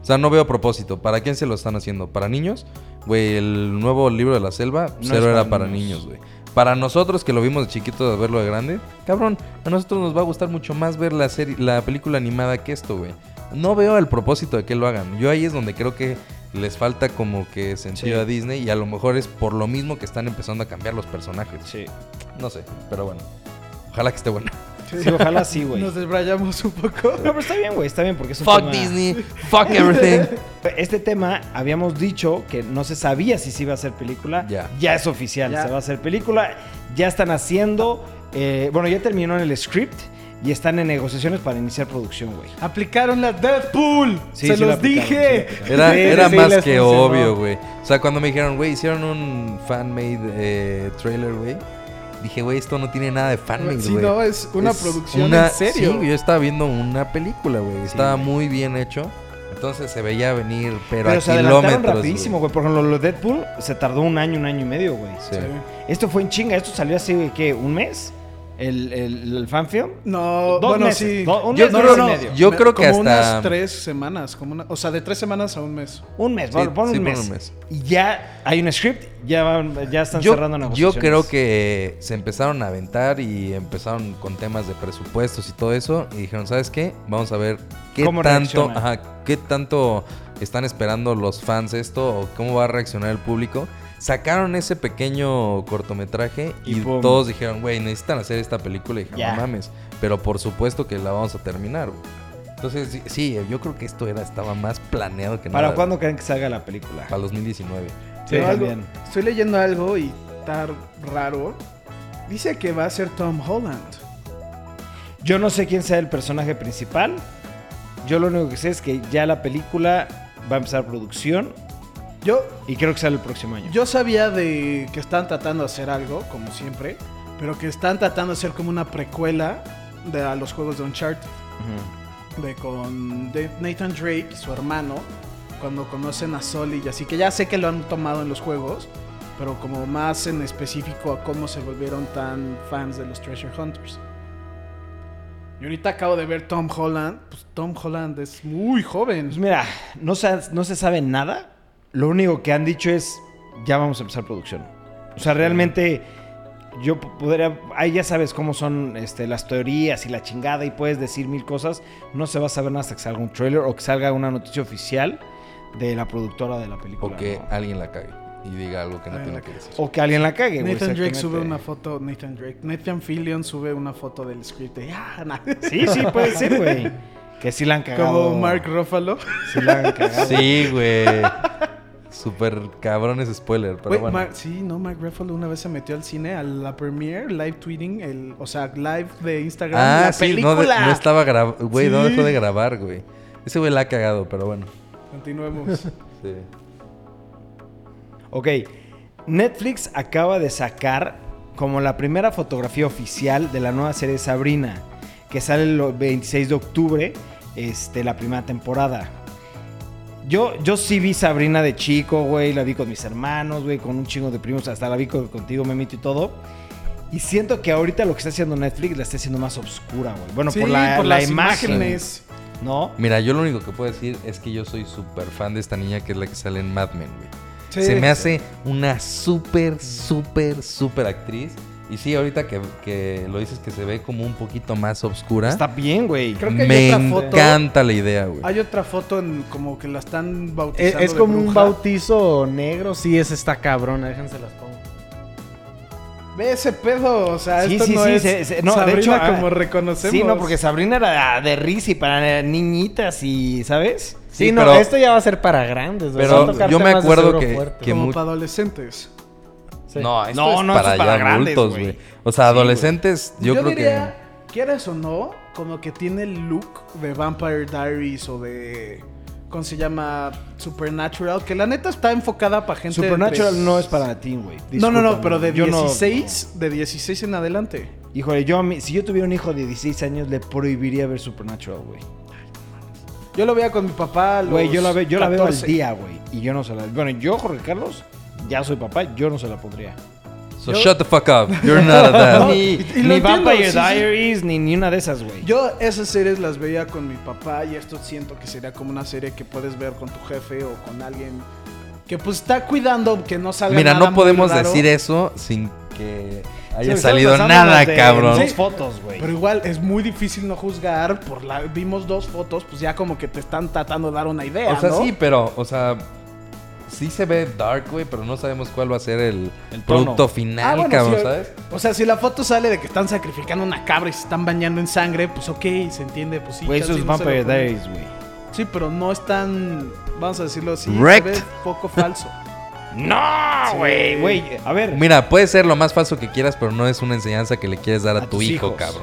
O sea, no veo propósito. ¿Para quién se lo están haciendo? ¿Para niños? Güey, el nuevo libro de la selva, cero
es
era
para
para
niños.
niños, güey. Para nosotros que lo vimos de chiquitos a verlo de grande, cabrón, a nosotros nos va a gustar mucho más ver la serie, la película animada que esto, güey. No veo el propósito de que lo hagan. Yo ahí es donde creo que les falta como que sentido
Sí.
a Disney y a lo mejor es por lo mismo que están empezando a cambiar los personajes.
Sí.
No sé, pero bueno. Ojalá que esté bueno.
Sí, ojalá sí, güey.
Nos desbrayamos un poco.
No, pero está bien, güey, está bien porque es un
Fuck
tema-
Disney, fuck everything.
Este tema habíamos dicho que no se sabía si se iba a hacer película.
Ya.
Ya es oficial,
Ya.
se va a hacer película. Ya están haciendo, eh, bueno, ya terminó el script y están en negociaciones para iniciar producción, güey.
Aplicaron la Deadpool.
Sí,
Se
sí la
los
aplicaron, sí la
dije.
aplicaron.
Era,
Sí,
era
sí,
más
les
que
funcionó.
obvio, güey. O sea, cuando me dijeron, güey, hicieron un fan-made eh, trailer, güey. Dije, güey, esto no tiene nada de fan-made, güey.
Sí, no, es una
Es
producción
una-
en serio.
Sí, yo estaba viendo una película, güey. Estaba
güey.
muy bien hecho. Entonces se veía venir, pero,
Pero,
a
se adelantaron
kilómetros,
rapidísimo,
güey.
güey. Por ejemplo, lo de Deadpool se tardó un año, un año y medio, güey.
Sí.
Esto fue en chinga. Esto salió hace, güey, ¿qué? ¿Un mes? ¿El, el, el fanfilm?
No,
Dos
bueno,
meses,
sí.
do- un
Yo-
mes,
no,
dos
no,
y
no.
medio.
Yo
Me-
creo que
como
hasta-
unas tres semanas, como una- o sea, de tres semanas a un mes.
Un mes,
Sí,
pon- pon
sí,
un,
pon
mes.
un mes.
Y ya hay un script, ya, van- ya están
Yo,
cerrando
yo
negociaciones.
creo que se empezaron a aventar y empezaron con temas de presupuestos y todo eso. Y dijeron, ¿sabes qué? Vamos a ver qué
¿Cómo
tanto,
reacciona?
ajá, qué tanto están esperando los fans esto o cómo va a reaccionar el público. Sacaron ese pequeño cortometraje y,
Y pum.
todos dijeron, güey, necesitan hacer esta película. Y dijeron,
Ya.
no mames, pero por supuesto que la vamos a terminar. güey". Entonces, sí- sí, yo creo que esto era, estaba más planeado que
¿Para
nada.
cuándo creen que salga la película?
Para 2019.
Sí,
Pero algo-
también.
estoy leyendo algo y está raro. Dice que va a ser Tom Holland.
Yo no sé quién sea el personaje principal. Yo lo único que sé es que ya la película va a empezar producción
Yo,
y creo que sale el próximo año.
yo sabía de que están tratando de hacer algo, como siempre, pero que están tratando de hacer como una precuela de a los juegos de Uncharted,
Ujú.
de con de- Nathan Drake y su hermano, cuando conocen a Sully y así que ya sé que lo han tomado en los juegos, pero como más en específico a cómo se volvieron tan fans de los Treasure Hunters. Y ahorita acabo de ver Tom Holland, pues Tom Holland es muy
Pues
joven.
mira, no se, no se sabe nada. Lo único que han dicho es ya vamos a empezar producción. O sea, realmente yo p- podría... Ahí ya sabes cómo son este, las teorías y la chingada y puedes decir mil cosas. No se va a saber nada hasta que salga un trailer o que salga una noticia oficial de la productora de la película.
O que
¿no?
alguien la cague y diga algo que no
Alguien
tiene
la
que
cague.
decir.
O que alguien la cague, güey.
Nathan Drake
exactamente.
sube una foto, Nathan Drake, Nathan Fillion sube una foto del script de, ah, na".
Sí, sí, puede ser, güey. Que sí la han cagado.
como Mark Ruffalo.
Sí la han cagado.
Sí, güey. Super cabrones spoiler, pero
Güey,
bueno.
Mark- sí, no, Mark Ruffalo una vez se metió al cine a la premiere, live tweeting, el, o sea, live de Instagram.
ah,
la
sí, no,
película.
de- no estaba grabando. Güey, no
Sí.
dejó de grabar, güey. Ese güey la ha cagado, pero bueno.
Continuemos.
Sí.
Ok. Netflix acaba de sacar como la primera fotografía oficial de la nueva serie Sabrina, que sale el 26 de octubre, este, la primera temporada. Yo, yo sí vi Sabrina de chico, güey, la vi con mis hermanos, güey, con un chingo de primos, hasta la vi con- contigo, Memito y todo. Y siento que ahorita lo que está haciendo Netflix la está haciendo más oscura, güey. Bueno,
Sí,
por la, la imagen,
imágenes.
¿no?
Mira, yo lo único que puedo decir es que yo soy súper fan de esta niña que es la que sale en Mad Men, güey.
Sí.
Se me hace una súper, súper, súper actriz. Y sí, ahorita que, que lo dices que se ve como un poquito más obscura.
Está bien, güey.
Creo que hay
me
otra foto.
encanta la idea, güey.
Hay otra foto en como que la están
Es,
bautizando.
es
de
como un
bruja.
bautizo negro, sí, es esta cabrona, déjense las pongo.
Ve ese pedo, o sea,
Sí,
esto
sí,
no
sí,
es
se- se- no, de
Sabrina
hecho, ah,
como reconocemos.
Sí, no, porque Sabrina era de risa y para niñitas y, ¿sabes?
Sí,
Sí,
no,
pero-
esto ya va a ser para grandes. güey,
pero
va a tocar
yo me
temas de
acuerdo
seguro
que-
fuertes.
que-
como
mu-
para adolescentes.
Sí.
No, esto
No,
es
no, esto
para,
es para
ya
grandes,
adultos,
güey.
güey. O sea,
Sí,
adolescentes, yo,
Yo,
creo
diría, quieras o no, como que tiene el look de Vampire Diaries o de. ¿Cómo se llama? Supernatural, que la neta está enfocada para gente.
Supernatural
entre-
no es para ti, güey.
No, no, no,
Discúlpame.
pero de
Yo no-
16, de 16 en adelante.
Híjole, yo a mí, si yo tuviera un hijo de 16 años, le prohibiría ver Supernatural, güey.
Yo lo veía con mi papá. a los
Güey, yo la, ve- yo la veo al
14.
día, güey. Y yo no se la. Bueno, yo, Jorge Carlos, ya soy papá, yo no se la pondría.
que. So
Yo-
shut the fuck up. You're not a dad.
Ah, ni
y lo
ni
entiendo,
Vampire
sí, sí.
Diaries, Ni, ni una de esas, güey.
Yo esas series las veía con mi papá y esto siento que sería como una serie que puedes ver con tu jefe o con alguien que pues está cuidando que no salga
Mira,
nada
no podemos
muy raro.
decir eso sin que
Sí,
haya
estamos
salido
pasando
nada,
las de-
cabrón.
Dos fotos, güey.
Pero igual es muy difícil no juzgar por la vimos dos fotos, pues ya como que te están tratando de dar una idea,
O sea,
¿no?
sí, pero, o sea, sí se ve dark, güey, pero no sabemos cuál va a ser el,
El tono.
producto final,
Ah, bueno,
cabrón,
sí,
¿sabes?
O sea, si la foto sale de que están sacrificando una cabra y se están bañando en sangre, pues ok, se entiende, pues sí.
Güey,
chance
esos
no se lo
Vampire
ponen.
Diaries, güey.
Sí, pero no están, vamos a decirlo así,
Wrecked.
se ve poco falso.
¡No, güey! Güey, a ver.
Mira, puede ser lo más falso que quieras, pero no es una enseñanza que le quieres dar a, tu
tus
hijo,
hijos.
cabrón.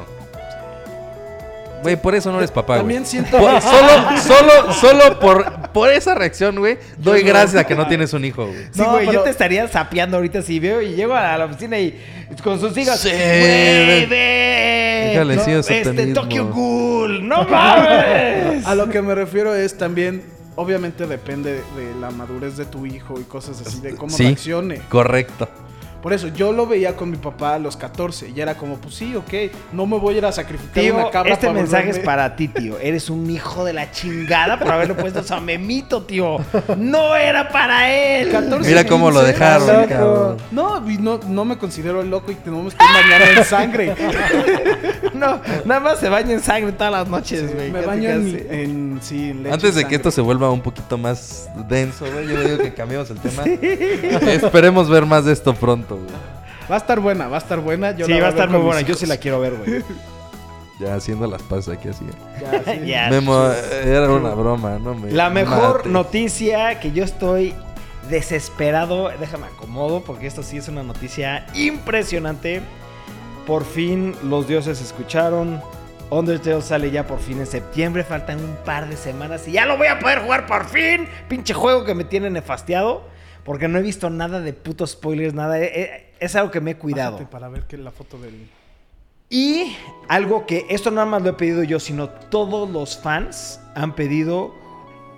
Güey, por eso no eres papá, güey.
También siento
Por- solo, solo, solo por, por esa reacción, güey, doy gracias a que no tienes un hijo, güey.
Sí,
No,
güey, yo
pero-
te estaría sapeando ahorita si veo y llego a la oficina y con sus hijas.
Sí,
¡Güey,
ve.
ve!
Déjale,
No,
sí, el
Este
satanismo.
Tokyo Ghoul, no mames.
A lo que me refiero es también, obviamente depende de la madurez de tu hijo y cosas así, de cómo
Sí.
reaccione.
Correcto.
Por eso, yo lo veía con mi papá a los 14 y era como, pues sí, ok, no me voy a ir a sacrificar una
Tío,
cabra
este
para
mensaje es
volverme-
para ti, tío. Eres un hijo de la chingada por haberle puesto esa memito, tío. No era para él.
14,
Mira cómo lo
15,
dejaron,
loco.
cabrón.
No, y no, no me considero el loco y que no me estoy bañando en sangre.
No, nada más se baña en sangre todas las noches, güey.
me
Casi,
baño
casi.
en, en- sí, en leche
Antes de
y
que
sangre.
esto se vuelva un poquito más denso, güey, yo digo que cambiemos el tema. Esperemos ver más de esto pronto, güey.
Va a estar buena, va a estar buena. yo
Sí,
la voy
va a estar
ver
muy
con
buena.
mis
Yo sí
hijos.
la quiero ver, güey.
Ya haciendo las pasas aquí así.
Ya, sí.
Ya.
Memo, eh, era una broma, no me.
La mejor
mates.
noticia que yo estoy desesperado, déjame acomodo porque esto sí es una noticia impresionante. Por fin los dioses escucharon. Undertale sale ya por fin en septiembre, faltan un par de semanas y ya lo voy a poder jugar por fin. Pinche juego que me tiene nefasteado porque no he visto nada de putos spoilers, nada. eh, eh, Es algo que me he cuidado.
Bájate Para ver que la foto del.
Y algo que esto nada más lo he pedido yo, sino todos los fans han pedido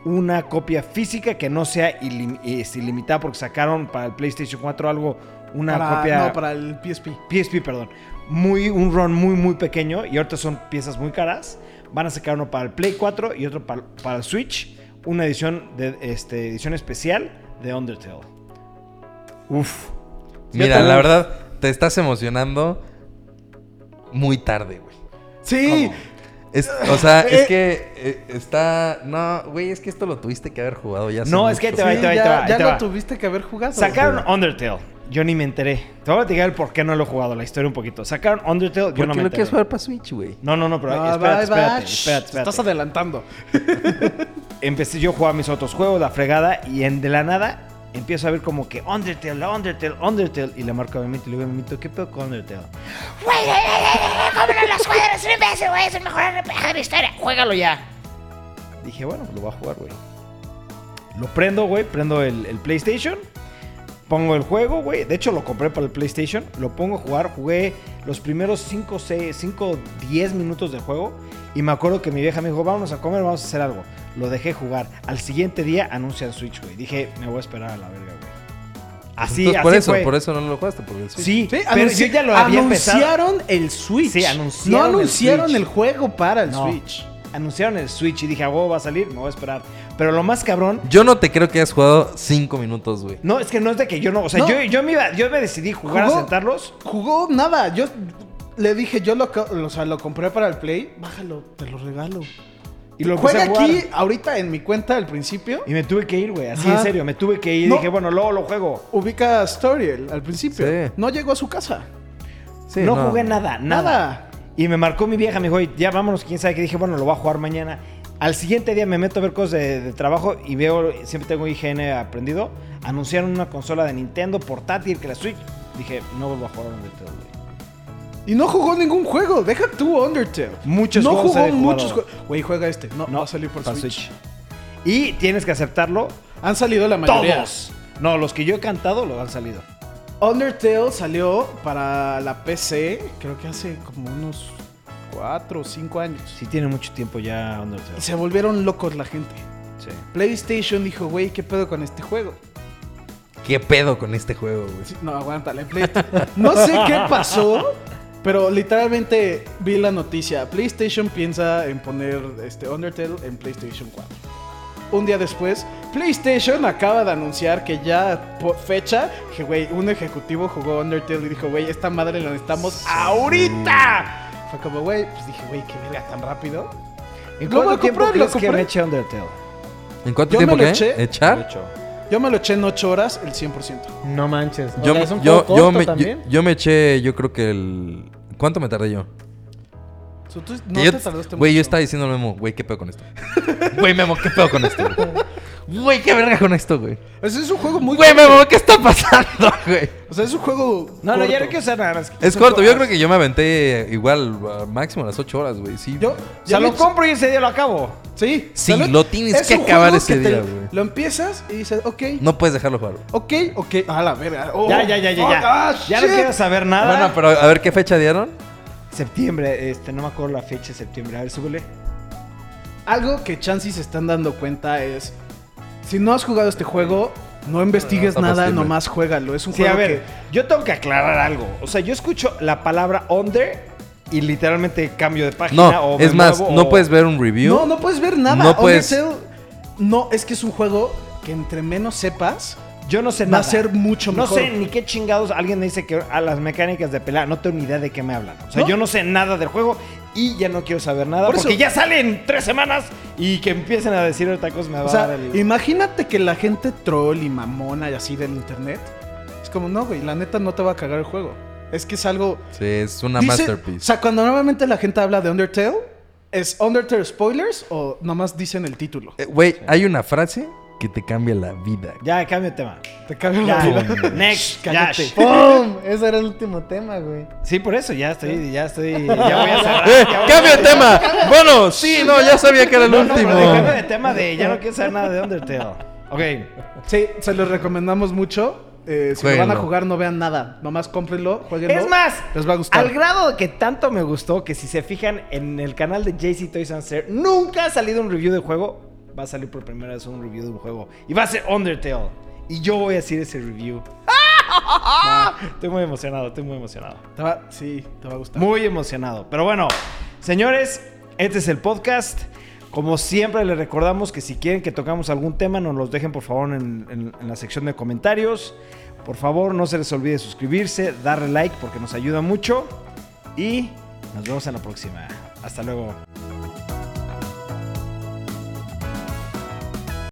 una copia física que no sea ilim- este, ilimitada porque sacaron para el PlayStation 4 algo, una
para-
copia
No, para el PSP.
PSP, perdón, muy un run muy muy pequeño y ahorita son piezas muy caras. Van a sacar uno para el Play 4 y otro para, para el Switch, una edición de este edición especial de Undertale. Uf.
Mira,
Yo te-
la verdad, te estás emocionando muy tarde, güey.
Sí,
Es- o sea,
Eh.
es que eh, está. No, güey, es que esto lo tuviste que haber jugado ya. hace
No, es que
mucho.
te va,
Sí,
ahí te va, ahí
ya,
te va, ahí
ya
te
lo
va.
tuviste que haber jugado.
Sacaron Undertale. Yo ni me enteré. Te voy a platicar el por qué no lo he jugado, la historia un poquito. Sacaron Undertale, yo
¿Por
no
qué
me
lo
enteré.
quieres jugar para Switch, güey?
No, no, no, pero
Ah,
espérate,
va,
espérate,
va,
espérate,
shh,
espérate,
te Estás adelantando.
Empecé yo a jugar mis otros juegos, la fregada, y en de la nada empiezo a ver como que Undertale, Undertale, Undertale. Y le marco a Memito y le digo a Memito, ¿qué pedo con Undertale?
Güey, güey, güey, güey, cómo no los cuadros, es un imbécil, güey, es el mejor RPG de la historia. Juégalo ya.
Dije, bueno, pues lo voy a jugar, güey. Lo prendo, güey, prendo el, el PlayStation. Pongo el juego, güey. De hecho, lo compré para el PlayStation. Lo pongo a jugar. Jugué los primeros 5, 5, 10 minutos del juego. Y me acuerdo que mi vieja me dijo, vámonos a comer, vamos a hacer algo. Lo dejé jugar. Al siguiente día anuncian Switch, güey. Dije, me voy a esperar a la verga, güey. Así,
Pues Entonces,
así
por eso,
fue.
por eso no lo jugaste, por el Switch.
Sí,
Sí,
pero
anunci-
yo ya lo había empezado.
anunciaron el Switch.
Sí, anunciaron
No
el
anunciaron el,
Switch.
juego para el
No.
Switch.
Anunciaron el Switch y dije, a huevo va a salir, me voy a esperar. Pero lo más cabrón
Yo no te creo que hayas jugado cinco minutos, güey.
No, es que no es de que yo no. O sea,
No.
yo, yo me iba, yo me decidí jugar
¿Jugó?
a sentarlos.
Jugó nada. Yo le dije, yo lo, co- o sea, lo compré para el Play. Bájalo, te lo regalo.
Y lo empecé
Juega
a jugar.
aquí, ahorita en mi cuenta al principio.
Y me tuve que ir, güey. Así
Ajá.
en serio, me tuve que ir.
No.
Dije, bueno, luego lo juego.
Ubica a Story al principio.
Sí.
No llegó a su casa.
Sí,
no, jugué nada, nada,
Nada.
Y me marcó mi vieja, me dijo, "Oye, ya vámonos, quién sabe qué. Dije, bueno, lo voy a jugar mañana. Al siguiente día me meto a ver cosas de, de trabajo y veo, siempre tengo IGN aprendido. Anunciaron una consola de Nintendo portátil que la Switch. Dije, no vuelvo a jugar a Nintendo, güey.
Y no jugó ningún juego. Deja tú Undertale.
Muchos
no
juegos
jugó
he
muchos
jugado.
juegos. Güey, juega este. No,
No,
va a salir por
para
Switch.
Switch. Y tienes que aceptarlo.
Han salido la mayoría.
Todos. No, los que yo he cantado lo han salido.
Undertale salió para la PC, creo que hace como unos 4 o 5 años.
Sí tiene mucho tiempo ya Undertale.
Y se volvieron locos la gente.
Sí.
PlayStation dijo, güey, ¿qué pedo con este juego?
¿Qué pedo con este juego, güey?
Sí, No, aguántale. Play- No sé qué pasó, pero literalmente vi la noticia. PlayStation piensa en poner este Undertale en PlayStation 4. Un día después, PlayStation acaba de anunciar que ya por fecha, que güey, un ejecutivo jugó Undertale y dijo, güey, esta madre la necesitamos ahorita. Fue como, güey, pues dije, güey, qué verga tan rápido.
¿En
Lo voy
cuánto
a
tiempo
comprar, lo
crees que
compré.
me eche Undertale?
¿En cuánto
Yo me
tiempo
lo
qué?
eché.
¿Echar?
Yo me lo eché en 8 horas, el 100%.
No manches. O
Yo,
sea,
me-
es un
yo,
juego
yo
corto
me, yo,
también.
yo me eché, yo creo que el... ¿Cuánto me tardé yo?
O sea, tú no
Yo-
te tardaste
Güey, yo
mucho.
estaba diciendo lo mismo. Güey, ¿qué pedo con esto? Güey, Memo, ¿qué pedo con esto? güey? Güey, ¿qué verga con esto, güey?
Ese es un juego muy
Güey,
corto.
Memo, ¿qué está pasando, güey?
O sea, es un juego
No, no, ya no
corto.
quiero usar nada más.
Es corto, yo creo que yo me aventé igual a máximo las 8 horas, güey. Sí,
Yo,
O
ya
sea,
lo
lo compro y ese día lo acabo.
Sí.
Sí,
Salud.
lo tienes
Es
que
un
acabar
juego
ese
que te-
día, güey.
Lo empiezas y dices, ok,
no puedes dejarlo jugar. güey.
ok, ok. A la verga. Oh,
Ya, ya, ya, ya.
fuck, ah,
Ya, ya no
shit.
quiero saber nada.
Bueno, pero a ver qué fecha dieron.
Septiembre, este, no me acuerdo la fecha de septiembre. A ver, súbele.
Algo que Chansey se están dando cuenta es, si no has jugado este juego, no investigues
No, no,
nada,
posible.
nomás juégalo. Es un
Sí,
juego
a ver,
que...
yo tengo que aclarar algo. O sea, yo escucho la palabra under y literalmente cambio de página.
No,
o me
es más,
muevo,
no
o-
puedes ver un review.
No, no puedes ver nada.
No
Honest
puedes-
Cell, no, es que es un juego que entre menos sepas,
Yo no sé
va
nada.
a ser mucho
no
mejor.
sé ni qué chingados alguien me dice que a las mecánicas de pelea no tengo ni idea de qué me hablan. O sea,
¿No?
yo no sé nada del juego y ya no quiero saber nada
Por eso-
porque ya salen tres semanas y que empiecen a decir ahorita cosas me va
O
a
sea,
dar el-
imagínate que la gente troll y mamona y así del internet. Es como, no, güey, la neta no te va a cagar el juego. Es que es algo.
Sí, es una
Dice-
masterpiece.
O sea, cuando normalmente la gente habla de Undertale, ¿es Undertale spoilers o nomás dicen el título?
Eh, Güey, hay una frase que te cambia la vida.
Ya, cambio de tema.
Te cagan
Ya,
la vida.
next,
Cállate.
Yash.
¡Pum! Ese era el último tema, güey.
Sí, por eso, ya estoy, ya estoy, ya voy a cerrar.
¡Eh!
ya voy a-
¡Cambio de tema! Bueno, sí, no, ya sabía que era el
No, no, pero
último.
de cambio de tema de ya no quiero saber nada de Undertale. Ok.
Sí, se los recomendamos mucho. Eh, si lo van a
Jueguenlo.
jugar, no vean nada. Nomás cómprenlo, jueguenlo.
Es más,
les va a gustar.
al grado de que tanto me gustó que si se fijan en el canal de JC Toys and Sir, nunca ha salido un review de juego. Va a salir por primera vez un review de un juego. Y va a ser Undertale. Y yo voy a decir ese review. No, estoy muy emocionado, estoy muy emocionado.
Te va- sí, te va a gustar.
Muy emocionado. Pero bueno, señores, este es el podcast. Como siempre les recordamos que si quieren que tocamos algún tema, nos los dejen por favor en, en- en la sección de comentarios. Por favor, no se les olvide suscribirse, darle like porque nos ayuda mucho. Y nos vemos en la próxima. Hasta luego.